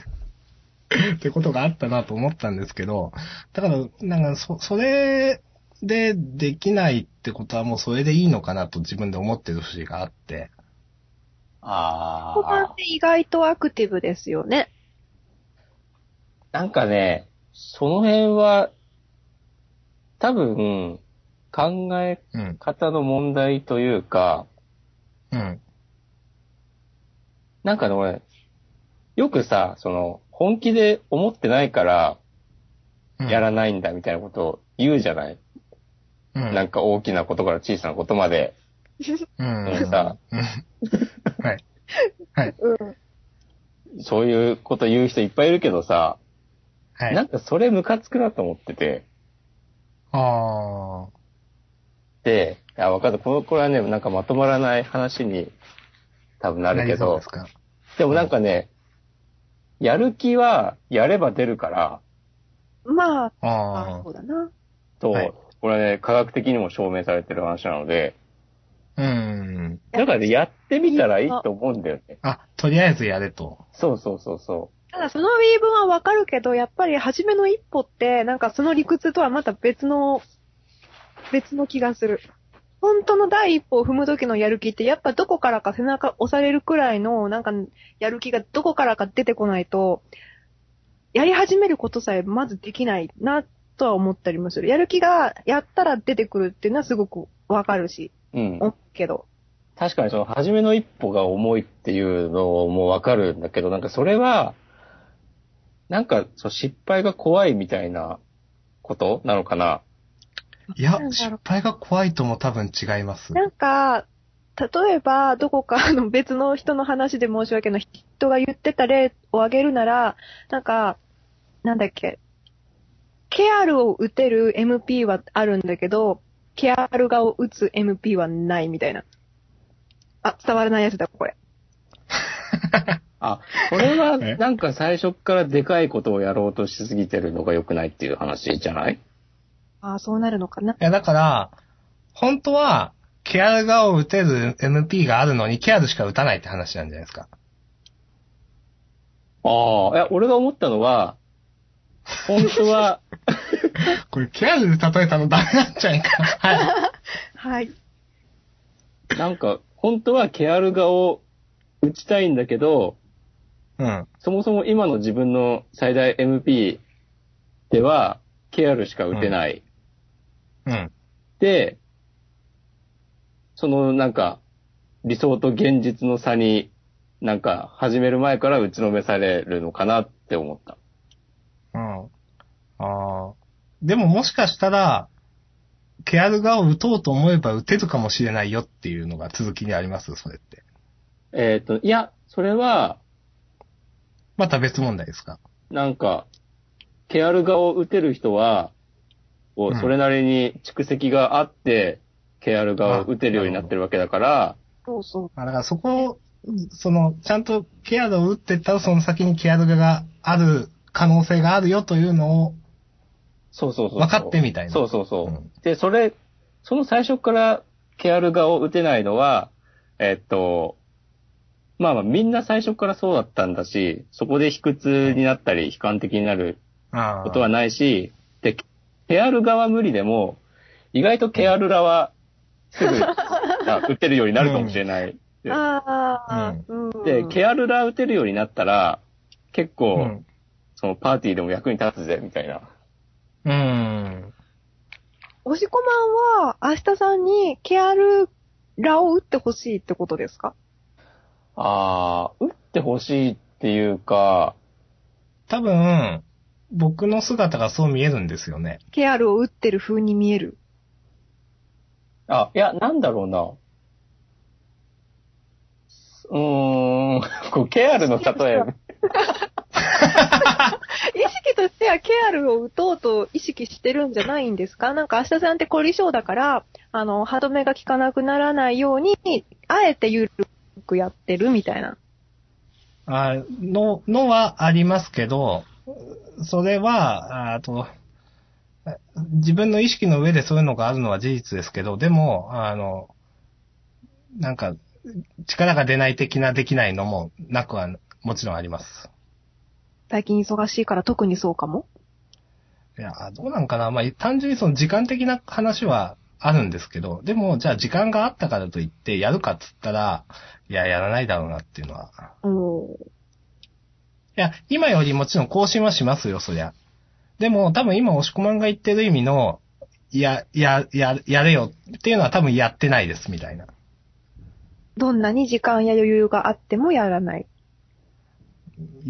Speaker 3: うん。
Speaker 2: ってことがあったなと思ったんですけど、だから、なんか、そ、それでできないってことはもうそれでいいのかなと自分で思ってる節があって、
Speaker 3: あ
Speaker 1: 黒板っ
Speaker 3: あ。
Speaker 1: て意外とアクティブですよね。
Speaker 3: なんかね、その辺は、多分、考え
Speaker 2: うん。
Speaker 3: 方の問題というか、
Speaker 2: うん。
Speaker 3: なんかね、俺、よくさ、その、本気で思ってないから、
Speaker 2: うん
Speaker 3: やらないんだみたいなことを言うじゃない、
Speaker 2: うん。
Speaker 3: なんか大きなことから小さなことまで。
Speaker 2: うん。
Speaker 3: さ
Speaker 2: うんはい。はい。
Speaker 1: うん。
Speaker 3: そういうこと言う人いっぱいいるけどさ、
Speaker 2: はい。
Speaker 3: なんかそれムカつくなと思ってて、
Speaker 2: あ
Speaker 3: で、いや、わかった。この、これはね、なんかまとまらない話に多分
Speaker 2: あ。
Speaker 3: なるけ
Speaker 2: そう
Speaker 3: ど
Speaker 2: です、か。
Speaker 3: でもなんかね、やる気はやれば出るから、
Speaker 1: まあ、あ
Speaker 2: あ
Speaker 1: そうだな。
Speaker 3: と、
Speaker 2: はい
Speaker 3: これはね、科学的にも証明されてる話なので、
Speaker 2: あ。うん。
Speaker 3: だからね、やってみたらいいと思うんだよね。
Speaker 2: あ、とりあえずやれと。
Speaker 3: そうそうそうそ
Speaker 1: ただその言い分はわかるけど、やっぱり初めの一歩って、なんかその理屈とはまた別の、別の気がする。本当の第一歩を踏む時のやる気って、やっぱどこからか背中押されるくらいの、なんかやる気がどこからか出てこないと、やり始めることさえまずできないな、とは思ったりもする。やる気がやったら出てくるっていうのはすごくわかるし、
Speaker 3: う。うん。
Speaker 1: 思うけど。
Speaker 3: 確かにその、初めの一歩が重いっていうのもわかるんだけど、なんかそれは、なんか、そう、失敗が怖いみたいなことなのかない
Speaker 2: や
Speaker 1: な、んだろ
Speaker 2: 失
Speaker 1: う
Speaker 2: 敗が怖いとも多分違います。
Speaker 1: なんか、例えば、どこかあの別の人の話で申し訳ない。人が言ってた例を挙げるなら、なんか、なんだっけ、ケアルを打てる MP はあるんだけど、ケアルがを打つ MP はないみたいな。あ、伝わらないやつだ、これ。
Speaker 3: あ、これ は、
Speaker 2: え
Speaker 3: なんか最初っからでかいことをやろうとしすぎてるのが良くないっていう話じゃない
Speaker 1: ああ、そうなるのかな。
Speaker 2: いや、だから、本当は、ケアルガを打てる MP があるのに、ケアルしか打たないって話なんじゃないですか。
Speaker 3: ああ、いや、俺が思ったのは、本当 は、
Speaker 2: これ、ケアルで例えたのダメなんじゃないか。はい。
Speaker 1: はい。
Speaker 3: なんか、本当はケアルガを打ちたいんだけど、
Speaker 2: うん。
Speaker 3: そもそも今の自分の最大 MP では、ケアルしか打てない。
Speaker 2: うん。
Speaker 3: で、そのなんか、理想と現実の差に、なんか、始める前から打ちのめされるのかなって思った。
Speaker 2: うん。ああ。でももしかしたら、ケアルガを打とうと思えば打てるかもしれないよっていうのが続きにあります、それって。
Speaker 3: えっ、と、いや、それは、
Speaker 2: また別問題ですか。
Speaker 3: なんか、ケアルガを打てる人は、こう
Speaker 2: うん
Speaker 3: それなりに蓄積があって、ケアルガを打てるようになってるわけだから、
Speaker 1: そうそう。
Speaker 2: あだからそこを、その、ちゃんとケアルを打ってったらその先にケアルガがある可能性があるよというのを、
Speaker 3: そうそうそうそ
Speaker 2: 分
Speaker 3: う。
Speaker 2: かってみたいな
Speaker 3: そうそうそう。
Speaker 2: うん
Speaker 3: で、それ、その最初からケアルガを打てないのは、えっと、まあまあみんな最初からそうだったんだし、そこで卑屈になったり悲観的になる
Speaker 2: ああ。
Speaker 3: ことはないし、で、ケアルガは無理でも、意外とケアルラはすぐあ打てるようになるかもしれない。で
Speaker 1: ああ、うん。
Speaker 3: で、ケアルラ打てるようになったら、結構、
Speaker 2: うん。
Speaker 3: そのパーティーでも役に立つぜ、みたいな。
Speaker 2: うん。
Speaker 1: 押し込まんは、明日さんにケアルラを打ってほしいってことですか
Speaker 3: ああ、打ってほしいっていうか、
Speaker 2: 多分、僕の姿がそう見えるんですよね。
Speaker 1: ケアルを打ってる風に見える。
Speaker 3: あ、いや、なんだろうな。うーん、 こう、ケアルの例え。
Speaker 1: 意識としてはケアルを打とうと意識してるんじゃないんですかなんか明日さんって凝り性だから、あの、歯止めが効かなくならないように、あえて緩くやってるみたいな。
Speaker 2: あの、のはありますけど、それは、あと、自分の意識の上でそういうのがあるのは事実ですけど、でも、あの、なんか、力が出ない的なできないのもなくは、もちろんあります。
Speaker 1: 最近忙しいから特にそうかも。
Speaker 2: いや、どうなんかなまあ、単純にその時間的な話はあるんですけど、でも、じゃあ時間があったからといって、やるかっつったら、いや、やらないだろうなっていうのは。
Speaker 1: うん。
Speaker 2: いや、今よりもちろん更新はしますよ、そりゃ。でも、多分今、押し込まんが言ってる意味の、いや、や、や、やれよっていうのは多分やってないです、みたいな。
Speaker 1: どんなに時間や余裕があってもやらない。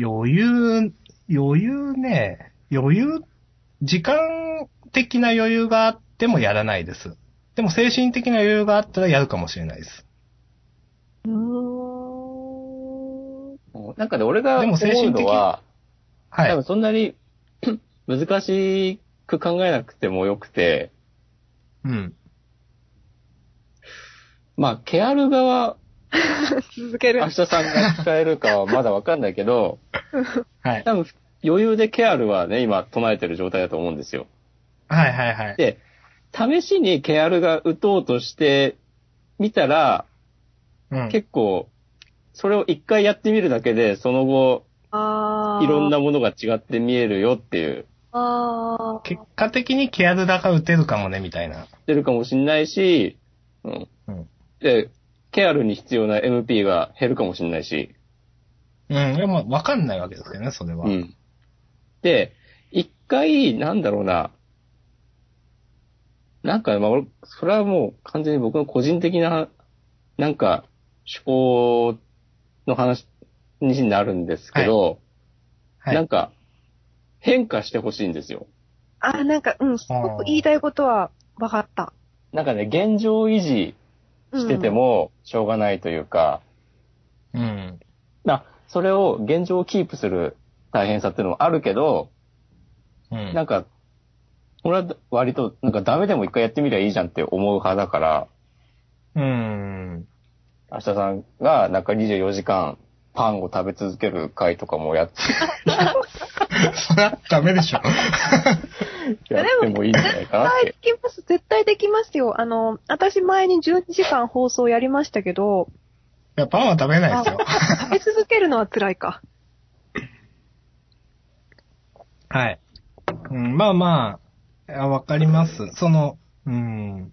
Speaker 2: 余裕、余裕ね、余裕、時間的な余裕があってもやらないです。でも精神的な余裕があったらやるかもしれないです。
Speaker 1: うーん。
Speaker 3: なんかで俺が
Speaker 2: でも
Speaker 3: 思
Speaker 2: 精神的
Speaker 3: うのは、
Speaker 2: はい
Speaker 3: 多。分そんなに 難しく考えなくてもよくて、
Speaker 2: うん。
Speaker 3: まあ、ケアル側、
Speaker 1: 続ける
Speaker 3: 明。日さんが使えるかはまだわかんないけど、
Speaker 2: はい。
Speaker 3: 多分余裕でケアルはね、今唱えてる状態だと思うんですよ。
Speaker 2: はいはいはい。
Speaker 3: で、試しにケアルが打とうとしてみたら、
Speaker 2: うん。
Speaker 3: 結構、それを一回やってみるだけで、その後、
Speaker 1: ああ。
Speaker 3: いろんな。ものが違って見えるよっていう、
Speaker 1: ああ。
Speaker 2: 結果的にケアルダが打てるかもね、みたいな。
Speaker 3: 出るかもしんないし、うん。
Speaker 2: うん。
Speaker 3: で、ケアルに必要な MP が減るかもしんないし、
Speaker 2: うん。でも、わかんないわけですよね、それは。
Speaker 3: うん。で、一回、なんだろうな、なんか、まあ、俺、それはもう完全に僕の個人的な、なんか、趣向の話になるんですけど、
Speaker 2: はい
Speaker 3: なんか、変化してほしいんですよ。
Speaker 1: ああ、なんか、うん、すごく言いたいことは分かった。
Speaker 3: なんかね、現状維持
Speaker 1: うん
Speaker 3: してて。もしょうがないというか、
Speaker 2: うん。
Speaker 3: まあ、それを現状をキープする大変さっていうのもあるけど、
Speaker 2: うん。
Speaker 3: なんか、俺は割と、なんかダメでも一回やってみりゃいいじゃんって思う派だから、
Speaker 2: うん。
Speaker 3: 明日さんがなんか24時間パンを食べ続ける回とかもやっ
Speaker 2: そりゃダメでしょ。
Speaker 3: やってもいいんじゃないかなっ
Speaker 1: 絶対
Speaker 3: て
Speaker 1: で。きます。絶対できますよ。あの、私前に12時間放送やりましたけど、
Speaker 2: いや、パンは食べない ですよ。
Speaker 1: 食べ続けるのは辛いか。
Speaker 2: はい。うん、まあまあいや、わかります。その、うん。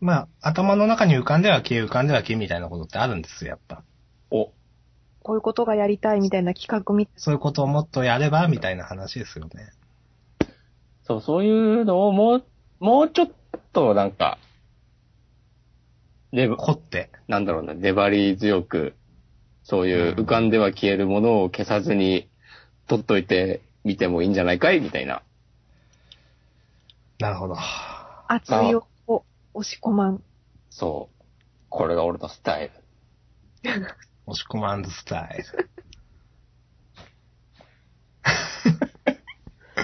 Speaker 2: まあ、頭の中に浮かんでは消え、浮かんでは消えみたいなことってあるんですよ、やっぱ。
Speaker 3: お、
Speaker 1: こういうことがやりたいみたいな企画み
Speaker 2: そういうことをもっとやれば、みたいな話ですよね。
Speaker 3: そう、そういうのをもう、もうちょっとなんか、で、
Speaker 2: 凝って。
Speaker 3: なんだろうな、粘り強く、そういう浮かんでは消えるものを消さずに、取っといてみてもいいんじゃないかいみたいな。
Speaker 2: なるほど。
Speaker 1: 熱いを押し込まん。
Speaker 3: そう。これが俺のスタイル。
Speaker 2: 押し込まんずスタイル。
Speaker 1: い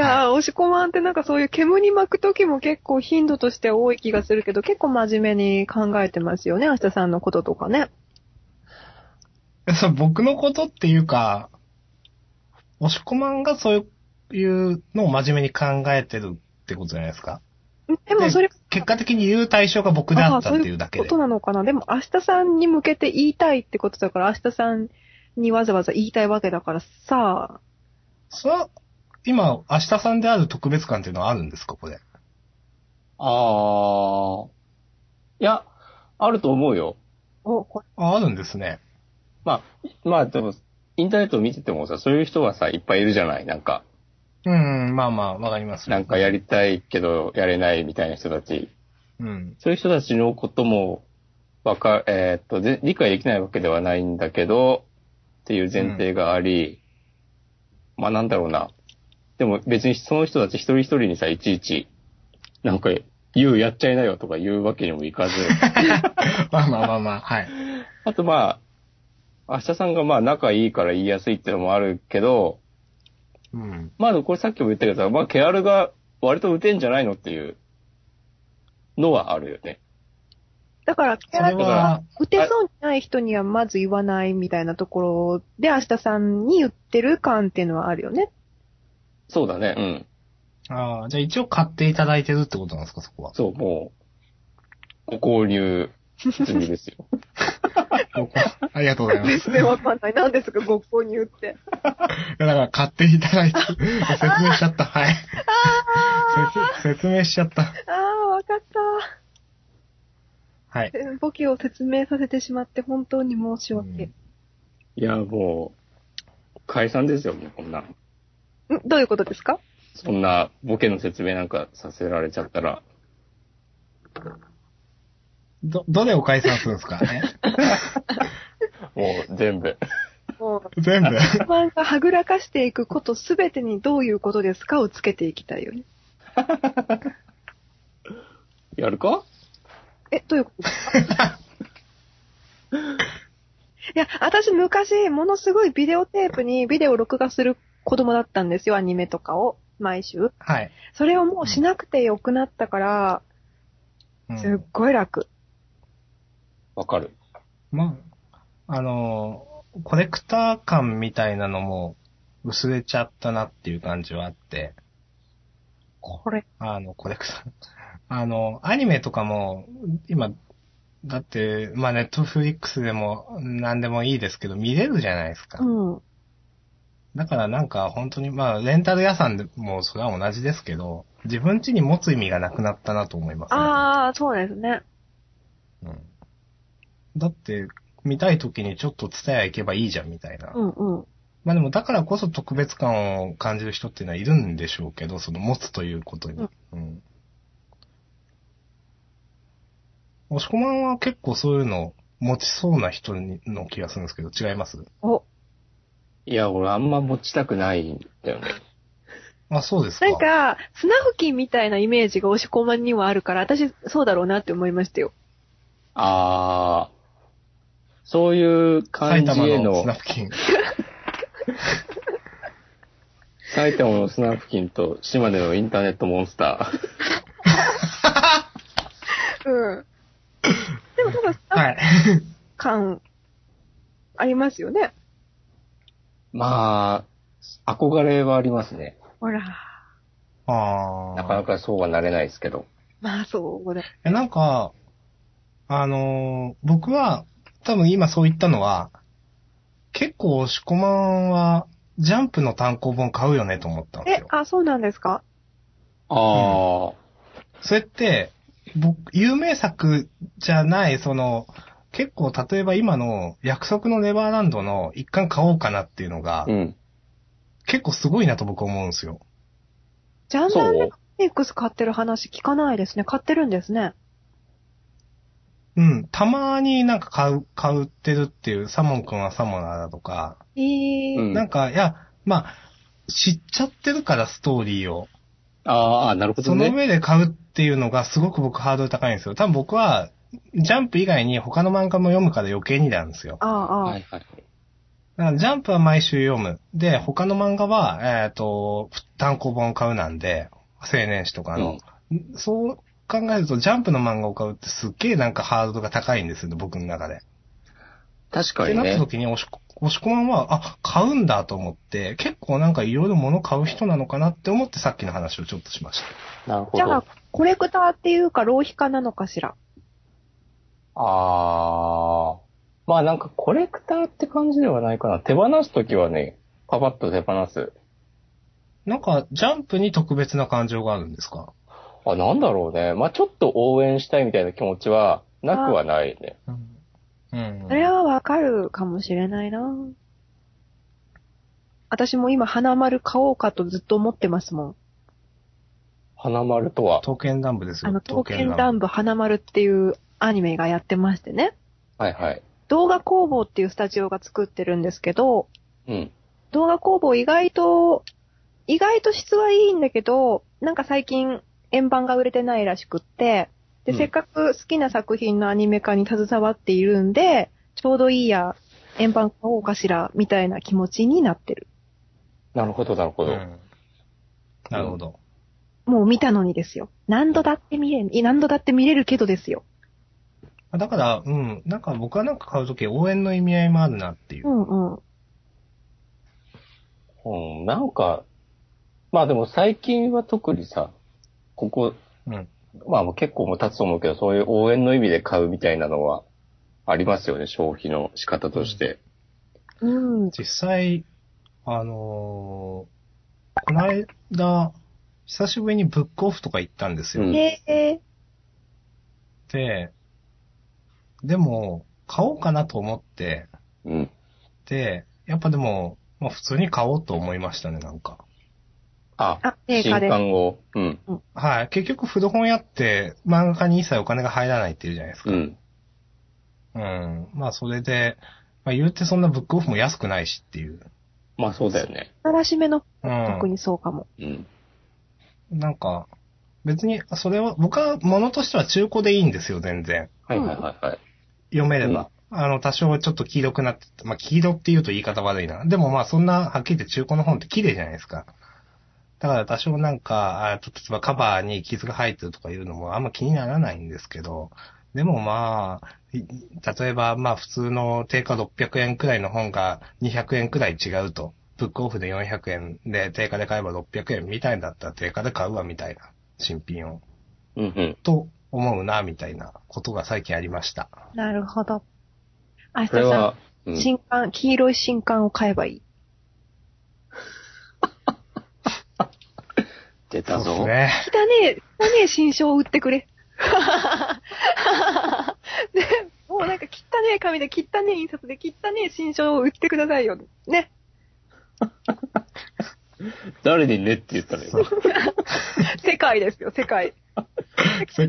Speaker 1: やー、押し込まんってなんかそういう煙に巻くときも結構頻度として多い気がするけど、結構真面目に考えてますよね、明日さんのこととかね。
Speaker 2: そう、僕のことっていうか、押し込まんがそういうのを真面目に考えてるってことじゃないですか。
Speaker 1: でもそれ、
Speaker 2: 結果的に言う対象が僕だったっていうだけ
Speaker 1: こ
Speaker 2: で
Speaker 1: と。なのかなでも明日さんに向けて言いたいってことだから、明日さんにわざわざ言いたいわけだからさ、
Speaker 2: それは、今、明日さんである特別感っていうのはあるんですか、これ。
Speaker 3: ああ。いや、あると思うよ。
Speaker 1: お、こ
Speaker 2: あ、あるんですね。
Speaker 3: まあ、まあでも、インターネットを見ててもさ、そういう人はさ、いっぱいいるじゃないなんか、
Speaker 2: うん、まあまあ、わかります。
Speaker 3: なんかやりたいけどやれないみたいな人たち。
Speaker 2: うん。
Speaker 3: そういう人たちのことも、わか、えーっと、ぜ理解できないわけではないんだけど、っていう前提があり、まあなんだろうな。でも別にその人たち一人一人にさ、いちいち、なんか、言う、やっちゃいなよとか言うわけにもいかず、
Speaker 2: まあまあまあまあ、はい。
Speaker 3: あとまあ、明日さんがまあ仲いいから言いやすいってのもあるけど、
Speaker 2: うん。
Speaker 3: まあでもこれさっきも言ったけどさ、まあケアルが割と打てんじゃないのっていうのはあるよね。
Speaker 1: だから、キ
Speaker 2: そ
Speaker 1: ャラ
Speaker 2: れ
Speaker 1: クター
Speaker 2: は、
Speaker 1: 打てそうにない人にはまず言わないみたいなところで、明日さんに言ってる感っていうのはあるよ ね。
Speaker 3: そうだね、うん。
Speaker 2: ああ、じゃあ一応買っていただいてるってことなんですか、そ こは。
Speaker 3: そう、もう、ご購入済みですよ。
Speaker 2: ありがとうございます。い
Speaker 1: 全然わかんない。なんですか、ご購入って。
Speaker 2: やだから買っていただいて、説明しちゃった。はい。説説明しちゃった。
Speaker 1: あ
Speaker 2: はい。
Speaker 1: 簿記を説明させてしまって本当に申し訳。
Speaker 3: いや、もう、解散ですよ、もうこんな。
Speaker 1: んどういうことですか
Speaker 3: そんなボケの説明なんかさせられちゃったら。
Speaker 2: ど、どれを解散するんですかね
Speaker 3: もう全部。
Speaker 1: もう、
Speaker 2: 全部。
Speaker 1: 不安がはぐらかしていくことすべてにどういうことですかをつけていきたいよね。
Speaker 3: やるか
Speaker 1: え、どういうことですか いや、私昔、ものすごいビデオテープにビデオ録画する子供だったんですよ、アニメとかを。毎週。
Speaker 2: はい。
Speaker 1: それをもうしなくてよくなったから、
Speaker 2: う
Speaker 1: すっ
Speaker 2: ん、
Speaker 1: ごい楽。
Speaker 3: わかる。
Speaker 2: まあ、あのー、コレクター感みたいなのも薄れちゃったなっていう感じはあって、
Speaker 1: これ。
Speaker 2: あの、コレクタ ー。あの、アニメとかも、今、だって、まあ、ネットフリックスでも何でもいいですけど、見れるじゃないですか。
Speaker 1: うん。
Speaker 2: だからなんか本当に、まあ、レンタル屋さんでもそれは同じですけど、自分家に持つ意味がなくなったなと思います、
Speaker 1: ああ、そうですね。
Speaker 2: うんだって、見たい時にちょっと伝え行けばいいじゃんみたいな。
Speaker 1: うんうん。
Speaker 2: まあでもだからこそ特別感を感じる人っていうのはいるんでしょうけど、その持つということに。うん。押し込まんは結構そういうの持ちそうな人にの気がするんですけど、違います
Speaker 1: お、
Speaker 3: いや、俺あんま持ちたくないんだよね。
Speaker 2: あ、そうですか。
Speaker 1: なんか、砂付近みたいなイメージが押し込まんにはあるから、私、そうだろうなって思いましたよ。
Speaker 3: あー。そういう感
Speaker 2: 埼
Speaker 3: じ
Speaker 2: 玉
Speaker 3: へ
Speaker 2: の
Speaker 3: の
Speaker 2: スナ、フキ ン。
Speaker 3: 埼玉のスナフキンと島根のインターネットモンスター。
Speaker 1: うん。でも、多分、砂
Speaker 2: は
Speaker 1: 付
Speaker 2: い。
Speaker 1: 感、ありますよね。
Speaker 3: まあ、憧れはありますね。
Speaker 1: ほら。
Speaker 2: ああ。
Speaker 3: なかなかそうはなれないですけど。
Speaker 1: まあ、そうだ。
Speaker 2: え、なんか、あのー僕は、多分今そう言ったのは、結構押し込まんは、ジャンプの単行本買うよねと思ったんです
Speaker 1: え
Speaker 2: よ、。
Speaker 1: あ、そうなんですか
Speaker 3: あ
Speaker 2: それって、僕、有名作じゃない、その、結構例えば今の約束のネバーランドの一巻買おうかなっていうのが
Speaker 3: あ、う、ん。
Speaker 2: 結構すごいなと僕思うんですよ。
Speaker 1: ジャン
Speaker 3: そ
Speaker 1: ダンで
Speaker 3: う
Speaker 1: フェイクス買ってる話聞かないですね。買ってるんですね。
Speaker 2: うん。たまになんか買う、買うってるっていう、サモン君はサモナーだとか、
Speaker 1: えー、
Speaker 3: うん
Speaker 2: なんか、いや、まあ、知っちゃってるから、ストーリーを。
Speaker 3: ああ、なるほど
Speaker 2: その
Speaker 3: ね。
Speaker 2: 上で買うっていうのが、すごく僕ハードル高いんですよ。多分僕は、ジャンプ以外に他の漫画も読むから余計になんですよ。
Speaker 1: ああ、ああ、
Speaker 3: はいは
Speaker 2: だ
Speaker 3: い。
Speaker 2: からジャンプは毎週読む。で、他の漫画は、えっ、と、単行本を買うなんで、青年誌とかの。そう考えると、ジャンプの漫画を買うってすっげえなんかハードルが高いんですよね、僕の中で。
Speaker 3: 確
Speaker 2: っ
Speaker 3: か
Speaker 2: て
Speaker 3: に
Speaker 2: なった
Speaker 3: ね。
Speaker 2: 時に押しこ、押し込まんは、あ、買うんだと思って、結構なんかいろいろ物買う人なのかなって思ってさっきの話をちょっとしまし
Speaker 3: なるほ
Speaker 1: じゃ
Speaker 3: ど
Speaker 1: あ。、コレクターっていうか、浪費家なのかしら。
Speaker 3: ああ。まあなんかコレクターって感じではないかな。手放すときはね、パパッと手放す。
Speaker 2: た。なんか、ジャンプに特別な感情があるんですか
Speaker 3: あ、なんだろうね。まあちょっと応援したいみたいな気持ちはなくはないね。
Speaker 2: うん。うん。
Speaker 1: それはわかるかもしれないな。私も今、花丸買おうかとずっと思ってますもん。
Speaker 3: 花丸とは。
Speaker 2: 刀剣乱舞ですよ。
Speaker 1: あの、刀剣乱舞花丸っていうアニメがやってましてね。
Speaker 3: はいはい。
Speaker 1: 動画工房っていうスタジオが作ってるんですけど、
Speaker 3: うん。
Speaker 1: 動画工房意外と、意外と質はいいんだけど、なんか最近円盤が売れてないらしくって、で、
Speaker 3: うん
Speaker 1: せっかく好きな作品のアニメ化に携わっているんで、ちょうどいいや、円盤買おうかしら、みたいな気持ちになってる。
Speaker 3: なるほどなるほ
Speaker 2: う
Speaker 3: ど。
Speaker 2: ん。なるほど。
Speaker 1: もう見たのにですよ。何度だって見れん、い何度だって見れるけどですよ。
Speaker 2: だから、うん。なんか僕はなんか買うとき応援の意味合いもあるなっていうう。
Speaker 1: んうん。
Speaker 3: うん、なんか、まあでも最近は特にさ、ここ、
Speaker 2: うん。
Speaker 3: まあもう結構もう経つと思うけど、そういう応援の意味で買うみたいなのはありますよね、消費の仕方として。
Speaker 1: うん。
Speaker 2: 実際、あのーこの間、久しぶりにブックオフとか行ったんですよ。
Speaker 3: うん
Speaker 1: へえ。
Speaker 2: で、でも、買おうかなと思って、
Speaker 3: うん。
Speaker 2: で、やっぱでも、まあ普通に買おうと思いましたね、なんか。
Speaker 3: あ、
Speaker 1: あ、メー
Speaker 3: 新
Speaker 1: カーで。
Speaker 3: 刊を。うん。
Speaker 2: はい。結局古本屋って漫画家に一切お金が入らないっていうじゃないですか。
Speaker 3: うん。
Speaker 2: うん。まあそれで、まあ言うてそんなブックオフも安くないしっていう。
Speaker 3: まあそうだよね。
Speaker 1: 新しめの、
Speaker 2: うん。
Speaker 1: 特にそうかも。
Speaker 3: うん。
Speaker 2: なんか、別に、それは、僕は物としては中古でいいんですよ、全然。
Speaker 3: はいはいはいはい。
Speaker 2: 読めれば。あの、多少ちょっと黄色くなって、まあ、黄色って言うと言い方悪いな。でもまあ、そんな、はっきり言って中古の本って綺麗じゃないですか。だから多少なんか、あと例えばカバーに傷が入ってるとかいうのもあんま気にならないんですけど、でもまあ、い例えばまあ普通の定価600円くらいの本が200円くらい違うと、ブックオフで400円で定価で買えば600円みたいだったら定価で買うわみたいな、新品を。
Speaker 3: うんうん。
Speaker 2: と思うな、みたいなことが最近ありました。
Speaker 1: なるほど。明日
Speaker 3: それ
Speaker 1: さ、
Speaker 3: は、うんん、
Speaker 1: 新刊、黄色い新刊を買えばいい。
Speaker 3: 出
Speaker 2: そ
Speaker 3: た
Speaker 2: うです
Speaker 3: ぞ。
Speaker 2: ね。
Speaker 1: 汚ねえ、汚ねえ新書を売ってく れ。ね、もうなんか汚ねえ紙で、汚ねえ印刷で、汚ねえ新書を売ってくださいよ。ね。
Speaker 3: 誰にねって言ったのよ。
Speaker 1: 世界ですよ、世界。
Speaker 2: 世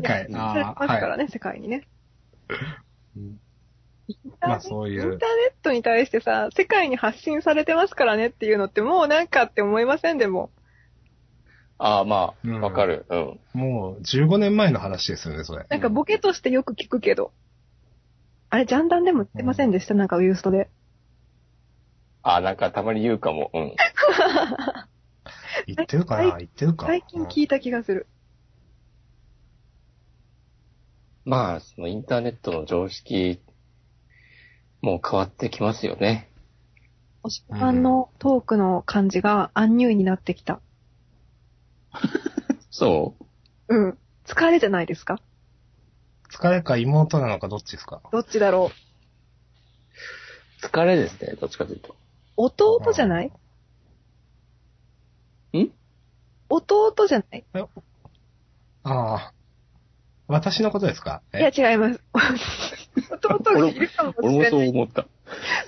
Speaker 1: 世
Speaker 2: 界
Speaker 1: 界に
Speaker 2: あー
Speaker 1: それますからね、世界にね。
Speaker 2: まあそういう
Speaker 1: インターネットに対してさ、世界に発信されてますからねっていうのってもうなんかって思いませんでも。
Speaker 3: ああ、まあ、
Speaker 2: うん
Speaker 3: わかる。うん。
Speaker 2: もう15年前の話ですよね、それ。
Speaker 1: なんかボケとしてよく聞くけど。あれ、ジャンダンでも言ってませんでした、なんかウユーストで。
Speaker 3: ああ、なんかたまに言うかも。うん。
Speaker 2: 言ってるかな言ってるか
Speaker 1: 最近聞いた気がする。
Speaker 3: まあ、そのインターネットの常識、もう変わってきますよね。
Speaker 1: おしっこさんのトークの感じがアンニュイになってきた。
Speaker 3: そう
Speaker 1: うん。疲れじゃないですか
Speaker 2: うん疲れか妹なのかどっちですか
Speaker 1: どっちだろう。
Speaker 3: 疲れですね、どっちかというと。
Speaker 1: 弟じゃない
Speaker 3: ん
Speaker 1: 弟じゃない
Speaker 2: ああ。私のことですか
Speaker 1: い
Speaker 2: え
Speaker 1: や、違い ます。弟がいるかも
Speaker 3: 俺
Speaker 1: し
Speaker 3: も
Speaker 1: れ
Speaker 3: そう
Speaker 1: ない。
Speaker 3: 思った。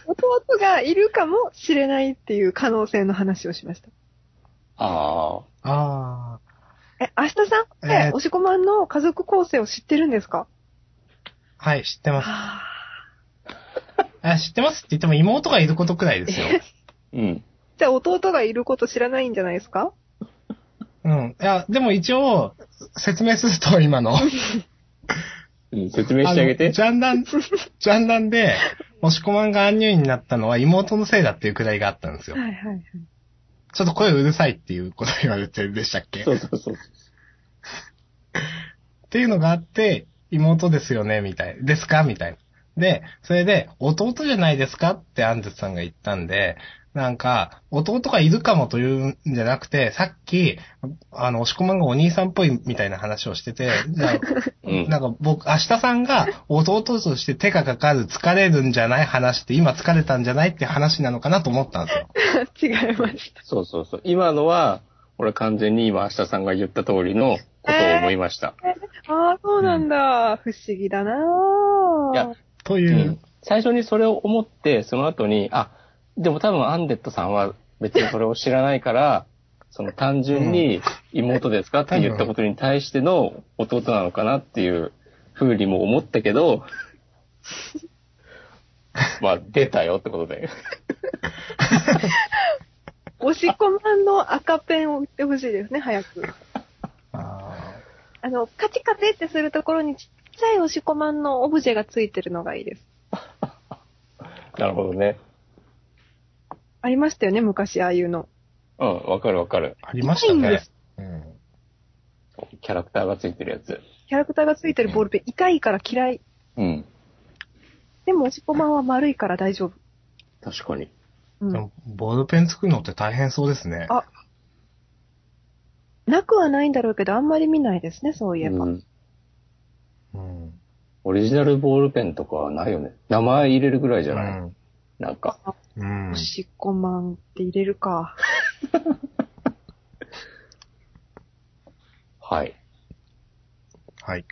Speaker 1: 弟がいるかもしれないっていう可能性の話をしました。
Speaker 3: ああ。
Speaker 2: あ
Speaker 1: え、明日さんって
Speaker 2: え、ー
Speaker 1: おしこまんの家族構成を知ってるんですか
Speaker 2: あ。はい、知ってます。
Speaker 1: はぁ
Speaker 2: あ知ってますって言っても妹がいることくらい ですよ。
Speaker 3: うん。
Speaker 1: じゃあ弟がいること知らないんじゃないですか
Speaker 2: うん。いや、でも一応、説明すると今 の。
Speaker 3: うん、説明してあげ
Speaker 2: あ
Speaker 3: て
Speaker 2: のジ。ャンダン、ジャンダンで、押し込まんが安入になったのは妹のせいだっていうくらいがあったんですよ
Speaker 1: はい。はいはい。
Speaker 2: ちょっと声うるさいっていうこと言われてるでしたっけ
Speaker 3: そうそうそう。
Speaker 2: っていうのがあって、妹ですよね、みたい。ですかみたいな。で、それで、弟じゃないですかってアンジュさんが言ったんで、なんか、弟がいるかもというんじゃなくて、さっき、あの、押し込まんがお兄さんっぽいみたいな話をしてて、じゃあ
Speaker 3: うん
Speaker 2: なんか僕、明日さんが弟として手がかかる疲れるんじゃない話って、今疲れたんじゃないって話なのかなと思ったんですよ。
Speaker 1: 違いました。
Speaker 3: そうそうそう。今のは、俺完全に今、明日さんが言った通りのことを思いました。
Speaker 1: ああ、そうなんだ。不思議だなぁ
Speaker 3: いや
Speaker 2: というう。
Speaker 3: ん最初にそれを思って、その後に、あ、でも多分アンデッドさんは別にそれを知らない から、その単純に妹ですかって言ったことに対しての弟なのかなっていう風にも思ったけど、 まあ出たよってこと で。
Speaker 1: 押し込まんの赤ペンを売ってほしいですね、早く。
Speaker 2: あ
Speaker 1: あの、カチカチってするところにちっちゃい押し込まんのオブジェがついてるのがいいです。
Speaker 3: なるほどね。
Speaker 1: ありましたよね、昔ああいうの。
Speaker 3: うん、わかるわかる。
Speaker 2: ーありまし
Speaker 1: な
Speaker 2: た
Speaker 1: いんで
Speaker 2: ね
Speaker 1: す。
Speaker 2: うん
Speaker 3: キャラクターがついてるやつ。
Speaker 1: キャラクターがついてるボールペン、痛いから嫌い。
Speaker 3: うん。
Speaker 1: でも押し込まんは丸いから大丈夫。
Speaker 3: 確かに。
Speaker 1: う
Speaker 2: で
Speaker 1: ん
Speaker 2: も。ボールペン作るのって大変そうですね。
Speaker 1: あなくはないんだろうけど、あんまり見ないですね、そういえば。
Speaker 3: うん
Speaker 2: うん。
Speaker 3: オリジナルボールペンとかはないよね。名前入れるぐらいじゃない、
Speaker 2: うん
Speaker 3: なんか。
Speaker 2: うん
Speaker 1: お。しっこまんって入れるか。
Speaker 3: はい。
Speaker 2: はい。